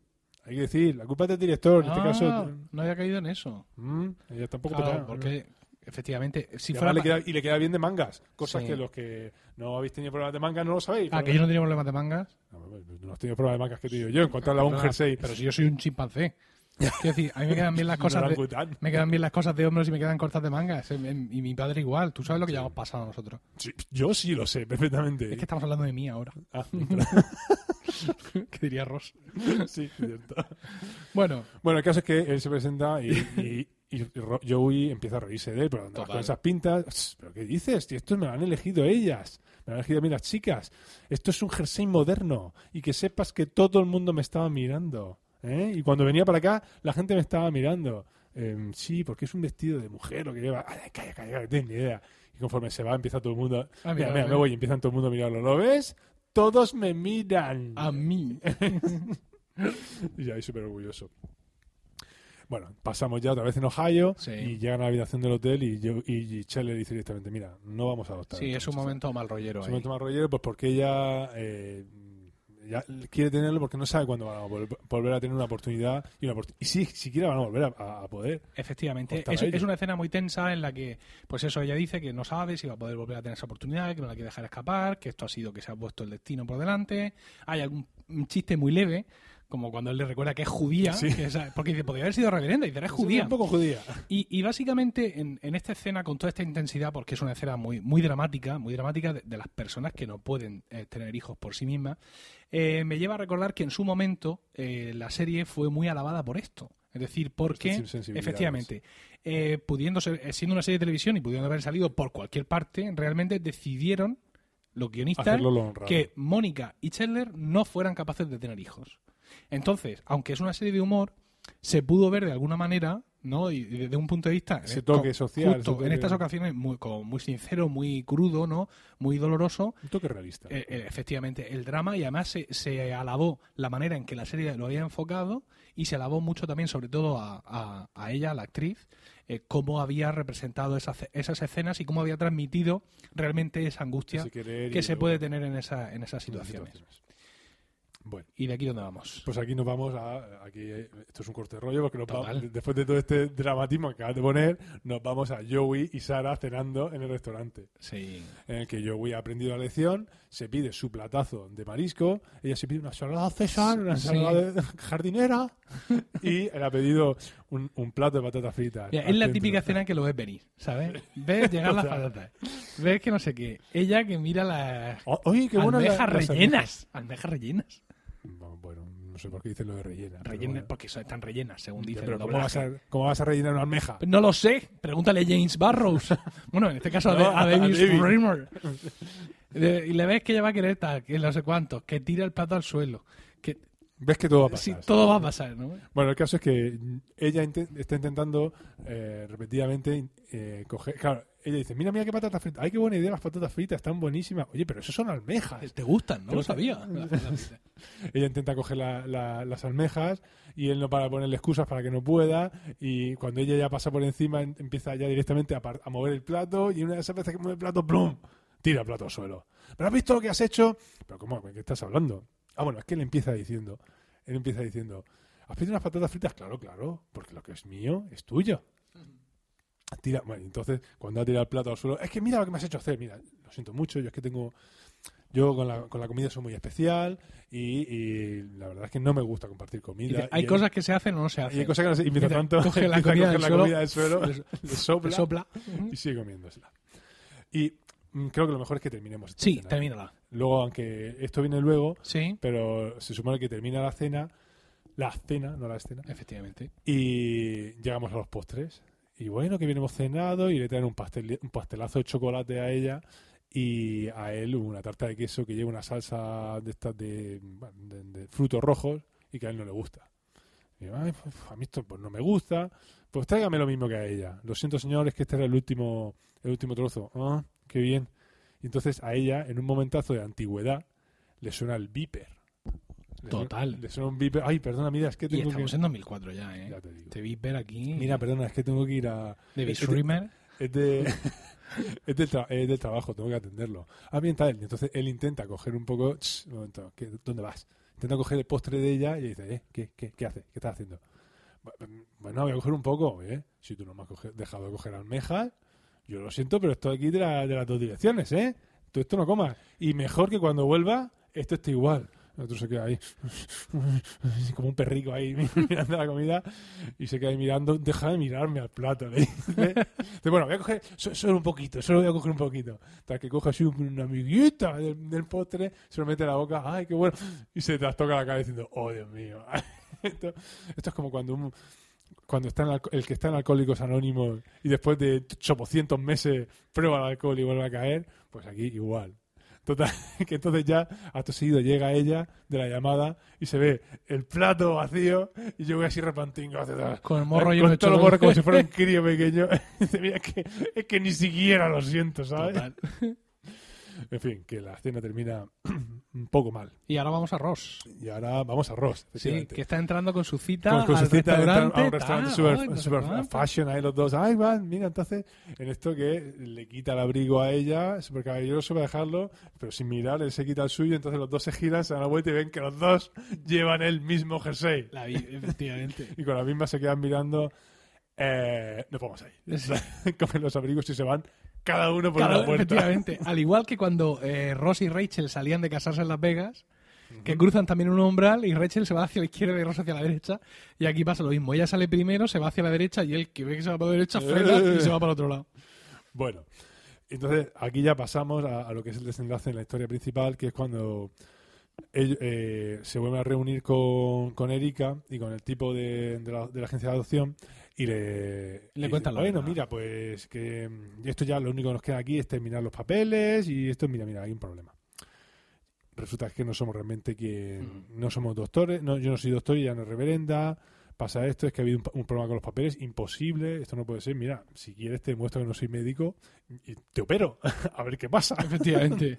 Speaker 2: Hay que decir, la culpa es del director, en este
Speaker 1: Ah,
Speaker 2: caso.
Speaker 1: no había caído en eso.
Speaker 2: mm, ella tampoco
Speaker 1: Claro,
Speaker 2: petaba, ¿no?
Speaker 1: porque efectivamente, si
Speaker 2: y,
Speaker 1: fuera.
Speaker 2: además le queda, y le queda bien de mangas, cosas
Speaker 1: Sí.
Speaker 2: que los que no habéis tenido problemas de mangas no lo sabéis.
Speaker 1: Ah,
Speaker 2: pero-
Speaker 1: que yo no tenía problemas de mangas.
Speaker 2: No, no, no, no has tenido problemas de mangas que he tenido yo, encontrarla un
Speaker 1: Perdona,
Speaker 2: jersey.
Speaker 1: Ah, Pero si yo soy un chimpancé. Quiero decir, a mí me quedan bien las cosas. de-
Speaker 2: Orangután.
Speaker 1: me quedan bien las cosas de hombros y me quedan cortas de mangas. Em, em, Y mi padre igual. Tú sabes lo que ya hemos pasado nosotros.
Speaker 2: Sí, yo sí lo sé, perfectamente.
Speaker 1: Es que estamos hablando de mí ahora.
Speaker 2: Ah,
Speaker 1: que diría Ross.
Speaker 2: sí, cierto.
Speaker 1: Bueno,
Speaker 2: Bueno, el caso es que él se presenta y, y, y Ro- Joey empieza a reírse de él, pero andaba
Speaker 1: Total.
Speaker 2: con esas pintas. "Ps, ¿Pero qué dices? Si esto me lo han elegido ellas. Me lo han elegido a mí las chicas. Esto es un jersey moderno. Y que sepas que todo el mundo me estaba mirando. ¿eh? Y cuando venía para acá, la gente me estaba mirando. "Em, sí, porque es un vestido de mujer lo que lleva. Ay, calla, calla, calla, no tienes ni idea. Y conforme se va, empieza todo el mundo.
Speaker 1: Ah,
Speaker 2: mira,
Speaker 1: mira,
Speaker 2: mira,
Speaker 1: mira.
Speaker 2: me voy y empiezan todo el mundo a mirarlo. ¿Lo ves? Todos me miran.
Speaker 1: a mí.
Speaker 2: Y ahí súper orgulloso. Bueno, pasamos ya otra vez en Ohio
Speaker 1: Sí.
Speaker 2: y llegan a la habitación del hotel y, yo, y, y Chandler dice directamente, mira, no vamos a adoptar.
Speaker 1: Sí,
Speaker 2: a esta
Speaker 1: es un
Speaker 2: muchacha".
Speaker 1: momento mal rollero
Speaker 2: Es
Speaker 1: ahí.
Speaker 2: un momento más rollero, pues porque ella eh, ya quiere tenerlo porque no sabe cuándo van a vol- volver a tener una oportunidad y una oportu- Y si siquiera van a volver a, a poder.
Speaker 1: Efectivamente,
Speaker 2: Costaba
Speaker 1: es,
Speaker 2: ello.
Speaker 1: es una escena muy tensa en la que, pues eso, ella dice que no sabe si va a poder volver a tener esa oportunidad, que no la quiere dejar escapar, que esto ha sido que se ha puesto el destino por delante. Hay algún un chiste muy leve, como cuando él le recuerda que es judía,
Speaker 2: Sí.
Speaker 1: que esa- porque dice, podría haber sido reverenda, y dice, eres
Speaker 2: Es
Speaker 1: judía.
Speaker 2: Un poco judía.
Speaker 1: Y, y básicamente en, en esta escena, con toda esta intensidad, porque es una escena muy, muy dramática, muy dramática de, de las personas que no pueden eh, tener hijos por sí mismas, eh, me lleva a recordar que en su momento eh, la serie fue muy alabada por esto. Es decir, porque
Speaker 2: Estas sensibilidades.
Speaker 1: efectivamente, eh, pudiendo ser- eh, siendo una serie de televisión y pudiendo haber salido por cualquier parte, realmente decidieron los guionistas
Speaker 2: Hacerlo lo honrado.
Speaker 1: que Mónica y Chandler no fueran capaces de tener hijos. Entonces, aunque es una serie de humor, se pudo ver de alguna manera, ¿no? Y desde un punto de vista.
Speaker 2: Ese
Speaker 1: eh,
Speaker 2: toque social,
Speaker 1: justo,
Speaker 2: ese toque-
Speaker 1: en estas ocasiones, muy, como muy sincero, muy crudo, ¿no? Muy doloroso.
Speaker 2: Un toque realista.
Speaker 1: eh, eh, efectivamente, el drama y además se, se alabó la manera en que la serie lo había enfocado y se alabó mucho también, sobre todo a, a- a ella, a la actriz, eh, cómo había representado esas, esas escenas y cómo había transmitido realmente esa angustia
Speaker 2: Ese querer y
Speaker 1: que se
Speaker 2: luego-
Speaker 1: puede tener en, esa, en esas
Speaker 2: en esas
Speaker 1: situaciones.
Speaker 2: situaciones. Bueno.
Speaker 1: ¿Y de aquí dónde vamos?
Speaker 2: Pues aquí nos vamos a. Aquí, eh, esto es un corte de rollo, porque nos va-
Speaker 1: Total.
Speaker 2: después de todo este dramatismo que acabas de poner, nos vamos a Joey y Sara cenando en el restaurante.
Speaker 1: Sí.
Speaker 2: En el que Joey ha aprendido la lección, se pide su platazo de marisco, ella se pide una ensalada César, una
Speaker 1: Sí.
Speaker 2: ensalada de jardinera, y él ha pedido un, un plato de patatas fritas.
Speaker 1: Mira,
Speaker 2: al
Speaker 1: es la
Speaker 2: centro.
Speaker 1: típica escena que lo ves venir, ¿sabes? Ves llegar las patatas, ves que no sé qué, ella que mira las
Speaker 2: O- Oye, qué buena
Speaker 1: almejas rellenas, almejas rellenas,
Speaker 2: Bueno, no sé por qué dicen lo de rellena. pero
Speaker 1: rellenas
Speaker 2: bueno.
Speaker 1: porque son- están rellenas, según
Speaker 2: Ya,
Speaker 1: dice
Speaker 2: pero
Speaker 1: el
Speaker 2: ¿cómo, vas
Speaker 1: doblaje.
Speaker 2: a, cómo vas a rellenar una almeja?
Speaker 1: No lo sé, pregúntale a James Barrows. bueno, en este caso a,
Speaker 2: No,
Speaker 1: Da- a
Speaker 2: a
Speaker 1: David
Speaker 2: David.
Speaker 1: Schwimmer. De- Y le ves que ella va a querer tal, que no sé cuántos, que tira el plato al suelo. Que
Speaker 2: Ves que todo va a pasar.
Speaker 1: sí, todo va a pasar, ¿no?
Speaker 2: Bueno, el caso es que ella inte- está intentando eh, repetidamente eh, coger. Claro, ella dice: Mira, mira qué patatas fritas. Ay, qué buena idea, las patatas fritas están buenísimas. Oye, pero eso son almejas.
Speaker 1: Te gustan, no
Speaker 2: Te
Speaker 1: lo
Speaker 2: gustan.
Speaker 1: sabía. Las patatas.
Speaker 2: Ella intenta coger la- la- las almejas y él no para ponerle excusas para que no pueda. Y cuando ella ya pasa por encima, en- empieza ya directamente a, par- a mover el plato. Y una de esas veces que mueve el plato, ¡plum! Tira el plato al suelo. ¿Pero has visto lo que has hecho? ¿Pero cómo? ¿De qué estás hablando? Ah, bueno, es que él empieza diciendo: Él empieza diciendo. ¿Has pedido unas patatas fritas? Claro, claro, porque lo que es mío es tuyo. Tira, bueno, entonces, cuando ha tirado el plato al suelo, es que mira lo que me has hecho hacer, mira, lo siento mucho, yo es que tengo, yo con la, con la comida soy muy especial y, y la verdad es que no me gusta compartir
Speaker 1: Y
Speaker 2: comida.
Speaker 1: dice, hay
Speaker 2: Y
Speaker 1: cosas que se hacen o no se
Speaker 2: él-
Speaker 1: hacen.
Speaker 2: y hay cosas que no se, y mientras
Speaker 1: Mira,
Speaker 2: tanto,
Speaker 1: coge la
Speaker 2: empieza a
Speaker 1: comida
Speaker 2: coger
Speaker 1: del
Speaker 2: la
Speaker 1: suelo,
Speaker 2: comida del suelo,
Speaker 1: le so-
Speaker 2: le sopla,
Speaker 1: Le sopla.
Speaker 2: y sigue comiéndosela. Y mm, creo que lo mejor es que terminemos. esta
Speaker 1: Sí,
Speaker 2: escena.
Speaker 1: termínala.
Speaker 2: Luego, aunque esto viene luego,
Speaker 1: Sí,
Speaker 2: pero se supone que termina la cena, la cena, no la escena,
Speaker 1: efectivamente.
Speaker 2: y llegamos a los postres. Y bueno, que bien hemos cenado y le traen un, pastel, un pastelazo de chocolate a ella y a él una tarta de queso que lleva una salsa de estas de, bueno, de- de frutos rojos y que a él no le gusta. Y yo, "Ay, pues, a mí esto pues, no me gusta. Pues tráigame lo mismo que a ella. Lo siento, señores, que este era el último, el último trozo. Ah, qué bien. Y entonces a ella, en un momentazo de antigüedad, le suena el viper. Le suena-
Speaker 1: Total.
Speaker 2: Le suena un viper. Ay, perdona, mira, es que
Speaker 1: Y
Speaker 2: tengo que...
Speaker 1: estamos en 2004 ya, ¿eh?
Speaker 2: Ya te digo.
Speaker 1: Te vi ver aquí.
Speaker 2: Mira, este- perdona, es que tengo que ir a.
Speaker 1: de
Speaker 2: es- es-
Speaker 1: Streamer.
Speaker 2: Es, de, es del tra- es del trabajo, tengo que atenderlo. Ah, bien, tal. Entonces él intenta coger un poco. "Ch, un momento, ¿qué- ¿dónde vas? Intenta coger el postre de ella y ella dice, ¿eh? ¿Qué, qué, qué haces? ¿Qué estás haciendo? Bu- mm, Bueno, voy a coger un poco, ¿eh? Si tú no me has coge- dejado de coger almejas, yo lo siento, pero estoy aquí de, la- de las dos direcciones, ¿eh? Tú esto no comas. Y mejor que cuando vuelva, esto esté igual. El otro se queda ahí, como un perrico ahí, mirando la comida, y se queda ahí mirando, deja de mirarme al plato, le dice. Dice, bueno, voy a coger so- solo un poquito, solo voy a coger un poquito. Tal que coge así un- una amiguita del, del postre, se lo mete en la boca, ¡ay, qué bueno! Y se trastoca la cara diciendo, ¡oh, Dios mío! esto, esto es como cuando un- cuando está en alco- el que está en Alcohólicos Anónimos y después de 800 meses prueba el alcohol y vuelve a caer, pues aquí igual. Total, que entonces ya, acto seguido, llega ella de la llamada y se ve el plato vacío y yo voy así repantingo hacia atrás.
Speaker 1: Con el morro
Speaker 2: Ah. Eh, Con
Speaker 1: lleno de
Speaker 2: todo el morro como si
Speaker 1: chocolate.
Speaker 2: fuera un crío pequeño. Dice, mira, es que, es que ni siquiera lo siento, ¿sabes?
Speaker 1: Total.
Speaker 2: En fin, que la cena termina un poco mal.
Speaker 1: Y ahora vamos a Ross.
Speaker 2: Y ahora vamos a Ross.
Speaker 1: Sí,
Speaker 2: efectivamente.
Speaker 1: que está entrando con su cita,
Speaker 2: Con- con su
Speaker 1: al
Speaker 2: cita de entrar
Speaker 1: restaurante,
Speaker 2: a un restaurante
Speaker 1: tal,
Speaker 2: super,
Speaker 1: ay, no sé
Speaker 2: super
Speaker 1: cuánto.
Speaker 2: fashion, ahí los dos, ay, van, mira, entonces, en esto que le quita el abrigo a ella, súper caballeroso para dejarlo, pero sin mirar, él se quita el suyo, entonces los dos se giran, se dan la vuelta y ven que los dos llevan el mismo jersey.
Speaker 1: La vi, efectivamente.
Speaker 2: Y con la misma se quedan mirando, eh, nos vamos ahí. Cogen los abrigos y se van cada uno por
Speaker 1: Claro,
Speaker 2: una puerta.
Speaker 1: efectivamente. Al igual que cuando eh, Ross y Rachel salían de casarse en Las Vegas, que cruzan también un umbral y Rachel se va hacia la izquierda y Ross hacia la derecha. Y aquí pasa lo mismo. Ella sale primero, se va hacia la derecha y él que ve que se va para la derecha frena y se va para el otro lado.
Speaker 2: Eh. Bueno, entonces aquí ya pasamos a, a lo que es el desenlace en la historia principal, que es cuando ello- eh, se vuelven a reunir con, con Erika y con el tipo de, de la, de la agencia de adopción y le,
Speaker 1: Le
Speaker 2: y
Speaker 1: cuentan lo
Speaker 2: dice, Bueno,
Speaker 1: demás".
Speaker 2: mira, pues que mm, esto ya lo único que nos queda aquí es terminar los papeles y esto, mira, mira, hay un problema. Resulta que no somos realmente quien, no somos doctores, no, yo no soy doctor y ella no es reverenda, pasa esto, es que ha habido un, pa- un problema con los papeles, imposible, esto no puede ser, mira, si quieres te muestro que no soy médico y te opero, a ver qué pasa.
Speaker 1: Efectivamente.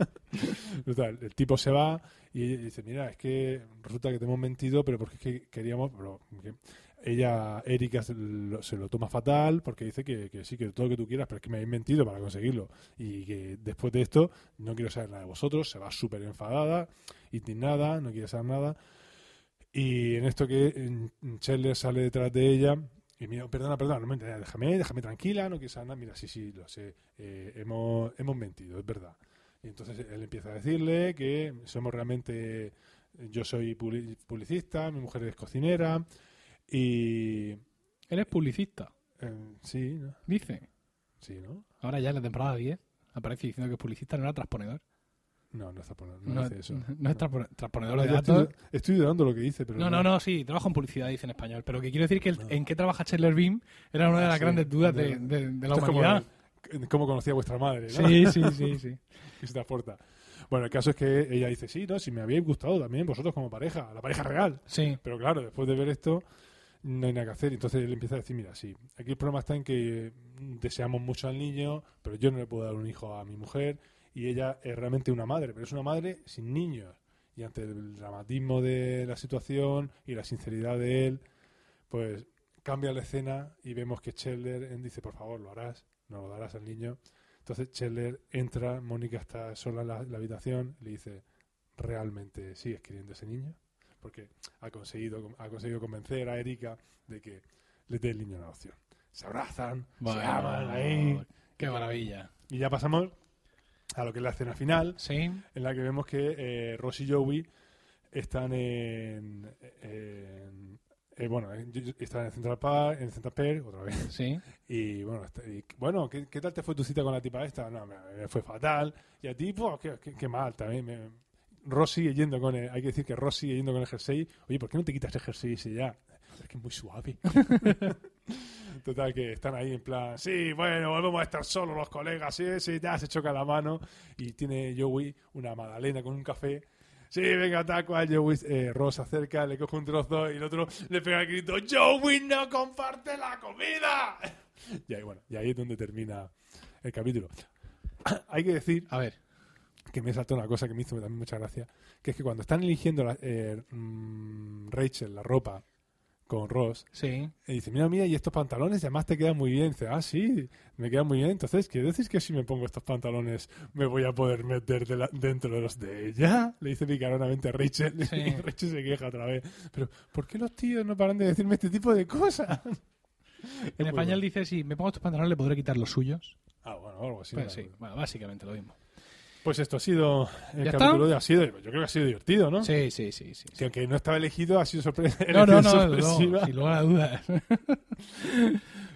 Speaker 2: Total, el tipo se va y ella dice, mira, es que resulta que te hemos mentido, pero porque es que queríamos, pero que- ella, Erika, se lo, se lo toma fatal porque dice que, que sí, que todo lo que tú quieras, pero es que me habéis mentido para conseguirlo y que después de esto no quiero saber nada de vosotros, se va súper enfadada, indignada, no quiere saber nada. Y en esto que mm, Chandler sale detrás de ella y mira, perdona, perdona, no me enteré, déjame, déjame tranquila, no quiero saber nada, mira, sí, sí, lo sé, eh, hemos, hemos mentido, es verdad. Y entonces él empieza a decirle que somos realmente. Yo soy publi- publicista, mi mujer es cocinera y.
Speaker 1: él es publicista,
Speaker 2: eh, sí, ¿no?
Speaker 1: dice.
Speaker 2: Sí, ¿no?
Speaker 1: Ahora ya en la temporada 10 aparece diciendo que es publicista, no era transponedor.
Speaker 2: No, no está por no,
Speaker 1: No,
Speaker 2: dice eso.
Speaker 1: no es transpone- transponedor
Speaker 2: Ahora
Speaker 1: de
Speaker 2: ya
Speaker 1: datos.
Speaker 2: estoy, estoy dudando lo que dice, pero.
Speaker 1: No, no, no, sí, trabajo en publicidad, dice en español. Pero que quiero decir que el-
Speaker 2: No.
Speaker 1: en qué trabaja Chandler Beam era una de las
Speaker 2: Ah. Sí,
Speaker 1: grandes dudas
Speaker 2: de-
Speaker 1: de, de- de la
Speaker 2: Esto es como,
Speaker 1: humanidad.
Speaker 2: el- como conocía vuestra madre, ¿no?
Speaker 1: Sí, sí, sí, sí.
Speaker 2: que se te aporta. Bueno, el caso es que ella dice: Sí, no, si me habíais gustado también vosotros como pareja, la pareja real.
Speaker 1: Sí,
Speaker 2: Pero claro, después de ver esto, no hay nada que hacer. Entonces él empieza a decir, mira, sí, aquí el problema está en que mm, deseamos mucho al niño, pero yo no le puedo dar un hijo a mi mujer y ella es realmente una madre, pero es una madre sin niños. Y ante el dramatismo de la situación y la sinceridad de él, pues cambia la escena y vemos que Scheller dice, por favor, lo harás, no lo darás al niño. Entonces Scheller entra, Mónica está sola en la, en la habitación, y le dice, ¿realmente sigues queriendo a ese niño? Porque ha conseguido, ha conseguido convencer a Erika de que le dé el niño en adopción. Se abrazan, se
Speaker 1: Bueno,
Speaker 2: aman ahí.
Speaker 1: Qué maravilla.
Speaker 2: Y ya pasamos a lo que es la escena final,
Speaker 1: Sí,
Speaker 2: en la que vemos que eh, Ross y Joey están en, en- eh, bueno, en- están en Central Park, en Central Park otra vez.
Speaker 1: sí.
Speaker 2: Y bueno, está- y, bueno ¿qué, qué tal te fue tu cita con la tipa esta? No, me, me fue fatal. Y a ti, pues, qué, qué- qué mal también. Me, Ross sigue yendo con el, hay que decir que Ross sigue yendo con el jersey. Oye, ¿por qué no te quitas el jersey? Y dice ya, es que es muy suave. Total, que están ahí en plan, sí, bueno, volvemos a estar solos los colegas, sí, sí, ya se choca la mano. Y tiene Joey una magdalena con un café. Sí, venga, tal cual. Joey, eh, Ross se acerca, le coge un trozo y el otro le pega el grito, Joey no comparte la comida. Y ahí, bueno, y ahí es donde termina el capítulo. Hay que decir
Speaker 1: A ver,
Speaker 2: que me saltó una cosa que me hizo también mucha gracia, que es que cuando están eligiendo la- eh, mm, Rachel la ropa con Ross,
Speaker 1: sí.
Speaker 2: y dice, mira, mira, y estos pantalones además te quedan muy bien. dice, ah, sí, me quedan muy bien. Entonces, ¿quiere decir que si me pongo estos pantalones me voy a poder meter de la- dentro de los de ella? Le dice picaronamente a Rachel.
Speaker 1: Sí.
Speaker 2: Y Rachel se queja otra vez. Pero, ¿por qué los tíos no paran de decirme este tipo de cosas?
Speaker 1: En español dice, si me pongo estos pantalones, ¿le podré quitar los suyos?
Speaker 2: Ah, bueno, algo así.
Speaker 1: Pues
Speaker 2: una-
Speaker 1: sí, bueno, básicamente lo mismo.
Speaker 2: Pues esto ha sido el
Speaker 1: ¿Ya
Speaker 2: capítulo de ha sido, yo creo que ha sido divertido, ¿no?
Speaker 1: Sí, sí, sí. sí.
Speaker 2: Que aunque no estaba elegido, ha sido sorpresa.
Speaker 1: No, no, no, desde luego,
Speaker 2: sorpresiva.
Speaker 1: sin lugar a dudas.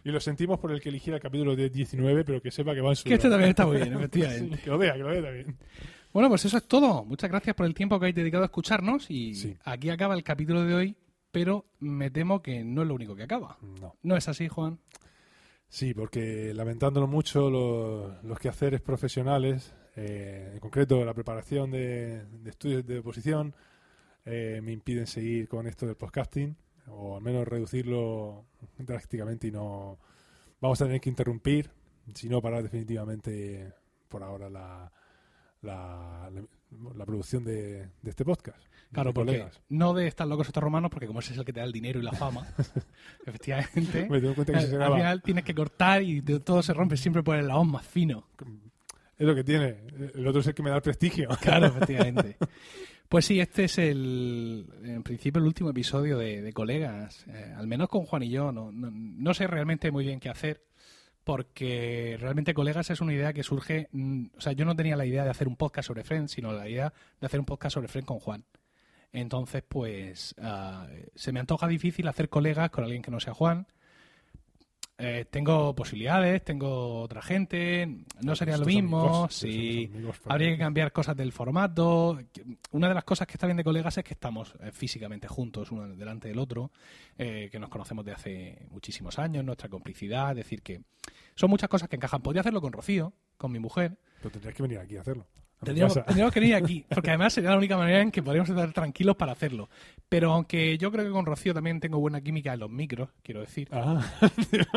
Speaker 2: Y lo sentimos por el que eligiera el capítulo de 19, pero que sepa que va en su.
Speaker 1: que este
Speaker 2: lugar.
Speaker 1: también está muy bien,
Speaker 2: Sí,
Speaker 1: efectivamente.
Speaker 2: que lo vea, que lo vea también.
Speaker 1: Bueno, pues eso es todo. Muchas gracias por el tiempo que habéis dedicado a escucharnos y
Speaker 2: Sí.
Speaker 1: aquí acaba el capítulo de hoy, pero me temo que no es lo único que acaba.
Speaker 2: No.
Speaker 1: ¿No es así, Juan?
Speaker 2: Sí, porque lamentándolo mucho, lo- los quehaceres profesionales, eh, en concreto la preparación de, de estudios de oposición, eh, me impiden seguir con esto del podcasting, o al menos reducirlo drásticamente y no. Vamos a tener que interrumpir, si no parar definitivamente por ahora la, la- la- la producción de, de este podcast.
Speaker 1: Claro,
Speaker 2: de
Speaker 1: porque
Speaker 2: colegas.
Speaker 1: no de estar locos estos romanos, porque como ese es el que te da el dinero y la fama, efectivamente,
Speaker 2: Me tengo en cuenta que se
Speaker 1: al- al
Speaker 2: graba.
Speaker 1: final tienes que cortar y te- todo se rompe siempre por el aún más fino.
Speaker 2: Es lo que tiene. El otro es el que me da el prestigio.
Speaker 1: Claro, efectivamente. Pues sí, este es el, en principio, el último episodio de, de Colegas, eh, al menos con Juan y yo. No, no, no sé realmente muy bien qué hacer, porque realmente Colegas es una idea que surge, mm, o sea, yo no tenía la idea de hacer un podcast sobre Friends, sino la idea de hacer un podcast sobre Friends con Juan. Entonces, pues, ah, se me antoja difícil hacer colegas con alguien que no sea Juan. Eh, tengo posibilidades, tengo otra gente, no sería lo
Speaker 2: Estos
Speaker 1: mismo,
Speaker 2: amigos,
Speaker 1: sí.
Speaker 2: estos amigos,
Speaker 1: Habría que
Speaker 2: porque-
Speaker 1: cambiar cosas del formato. Una de las cosas que está bien de colegas es que estamos eh, físicamente juntos, uno delante del otro, eh, que nos conocemos de hace muchísimos años, nuestra complicidad, es decir, que son muchas cosas que encajan. Podría hacerlo con Rocío, con mi mujer.
Speaker 2: Pero tendrías que venir aquí a hacerlo. a mi
Speaker 1: Tendríamos,
Speaker 2: casa.
Speaker 1: tendríamos que venir aquí, porque además sería la única manera en que podríamos estar tranquilos para hacerlo. Pero aunque yo creo que con Rocío también tengo buena química en los micros, quiero decir.
Speaker 2: Ah,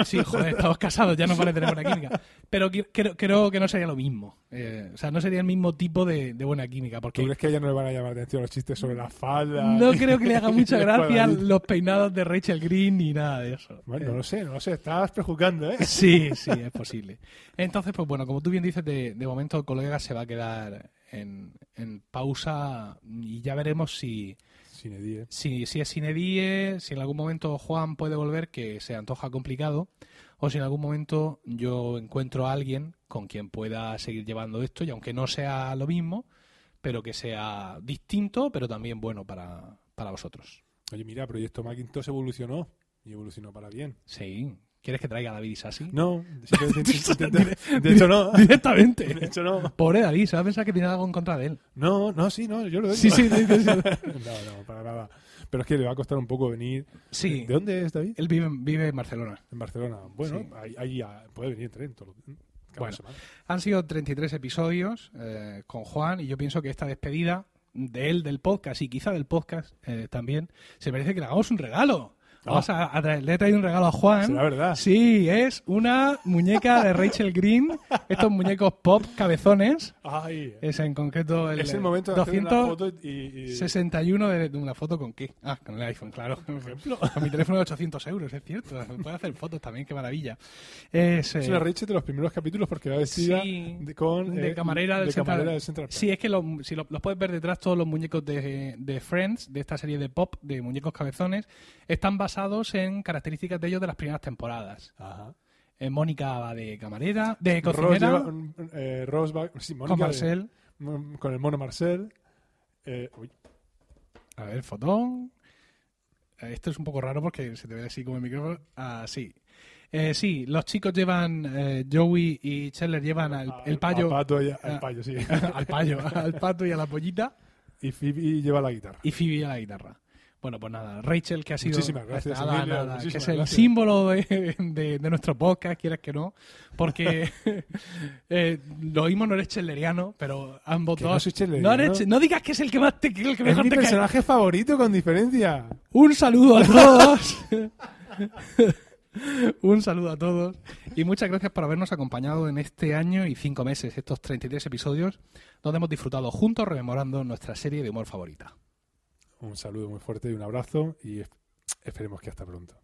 Speaker 1: Sí, joder, estamos casados, ya no vale tener buena química. Pero qui- creo, creo que no sería lo mismo. Eh, o sea, no sería el mismo tipo de, de buena química.
Speaker 2: ¿Tú
Speaker 1: Porque
Speaker 2: crees que a ella no le van a llamar la atención los chistes sobre la falda?
Speaker 1: No creo que le haga mucha
Speaker 2: El
Speaker 1: gracia
Speaker 2: cuadradito.
Speaker 1: los peinados de Rachel Green ni nada de eso.
Speaker 2: Bueno,
Speaker 1: Eh,
Speaker 2: no lo sé, no lo sé. Estás prejuzgando, ¿eh?
Speaker 1: Sí, sí, es posible. Entonces, pues bueno, como tú bien dices, de, de momento colega se va a quedar en, en pausa y ya veremos si,
Speaker 2: Sin edie.
Speaker 1: si, si es sine die, si en algún momento Juan puede volver, que se antoja complicado, o si en algún momento yo encuentro a alguien con quien pueda seguir llevando esto y aunque no sea lo mismo, pero que sea distinto, pero también bueno para, para vosotros.
Speaker 2: Oye, mira, Proyecto Macintosh evolucionó. Y evolucionó para bien.
Speaker 1: Sí. ¿Quieres que traiga a David Isasi?
Speaker 2: No, simplemente intenté- de hecho no. De
Speaker 1: Directamente.
Speaker 2: hecho no.
Speaker 1: Pobre David, se va a pensar que tiene algo en contra de él.
Speaker 2: No, no, sí, no, yo lo digo.
Speaker 1: Sí, sí, sí, sí, sí.
Speaker 2: No, no, para nada. Pero es que le va a costar un poco venir.
Speaker 1: Sí,
Speaker 2: ¿De dónde es David?
Speaker 1: él vive, vive en Barcelona.
Speaker 2: En Barcelona. Bueno,
Speaker 1: Sí.
Speaker 2: ahí, ahí, ah, puede venir en tren. todo lo- cada
Speaker 1: Bueno.
Speaker 2: semana.
Speaker 1: Han sido 33 episodios eh, con Juan y yo pienso que esta despedida de él del podcast y quizá del podcast eh, también se merece que le hagamos un regalo. Vamos a, a traer- le he traído un regalo a Juan.
Speaker 2: Ah. Será verdad.
Speaker 1: ¿Eh? Sí, es una muñeca de Rachel Green, estos muñecos pop cabezones.
Speaker 2: Ay,
Speaker 1: Es en concreto el,
Speaker 2: es el momento de hacer
Speaker 1: 200,
Speaker 2: una foto y... y-
Speaker 1: 61 de, de una foto con qué? Ah, con el iPhone, claro. Por ejemplo. Con mi teléfono de 800 euros, es cierto. Puede hacer fotos también, qué maravilla. Es,
Speaker 2: Es
Speaker 1: eh,
Speaker 2: una reche de los primeros capítulos porque va vestida
Speaker 1: Sí,
Speaker 2: de, con,
Speaker 1: de
Speaker 2: eh,
Speaker 1: camarera del
Speaker 2: de
Speaker 1: Central-
Speaker 2: camarera del Central Park.
Speaker 1: Sí, es que los- si lo- los puedes ver detrás, todos los muñecos de, de Friends, de esta serie de pop, de muñecos cabezones, están basados en características de ellos de las primeras temporadas.
Speaker 2: Ajá.
Speaker 1: Eh, Mónica va de camarera, de
Speaker 2: Ross
Speaker 1: cocinera,
Speaker 2: lleva un- eh, Ross va- sí, Mónica
Speaker 1: con
Speaker 2: de-
Speaker 1: Marcel.
Speaker 2: mm, con el mono Marcel. Eh, uy,
Speaker 1: A ver, fotón. Eh, Esto es un poco raro porque se te ve así como el micrófono. Así. Eh, sí, los chicos llevan, eh, Joey y Chandler llevan al
Speaker 2: al-
Speaker 1: el payo,
Speaker 2: al pato y a- al
Speaker 1: Ah.
Speaker 2: payo, sí.
Speaker 1: al payo, al pato y a la pollita,
Speaker 2: y Phoebe lleva la guitarra.
Speaker 1: y Phoebe a la guitarra. Bueno, pues nada, Rachel que ha sido...
Speaker 2: Muchísimas gracias,
Speaker 1: Nada,
Speaker 2: Emilio,
Speaker 1: nada, que
Speaker 2: muchísimas
Speaker 1: es el
Speaker 2: gracias.
Speaker 1: símbolo de, de- de nuestro podcast, quieras que no, porque eh, lo mismo no eres chandleriano, pero ambos
Speaker 2: Que
Speaker 1: dos...
Speaker 2: no soy
Speaker 1: no,
Speaker 2: chandleriano.
Speaker 1: eres ch- no digas que es el que más te, que el que
Speaker 2: Es
Speaker 1: mejor
Speaker 2: mi
Speaker 1: te cae.
Speaker 2: personaje favorito con diferencia.
Speaker 1: Un saludo a todos. Un saludo a todos. Y muchas gracias por habernos acompañado en este año y cinco meses, estos 33 episodios, donde hemos disfrutado juntos rememorando nuestra serie de humor favorita.
Speaker 2: Un saludo muy fuerte y un abrazo y es- esperemos que hasta pronto.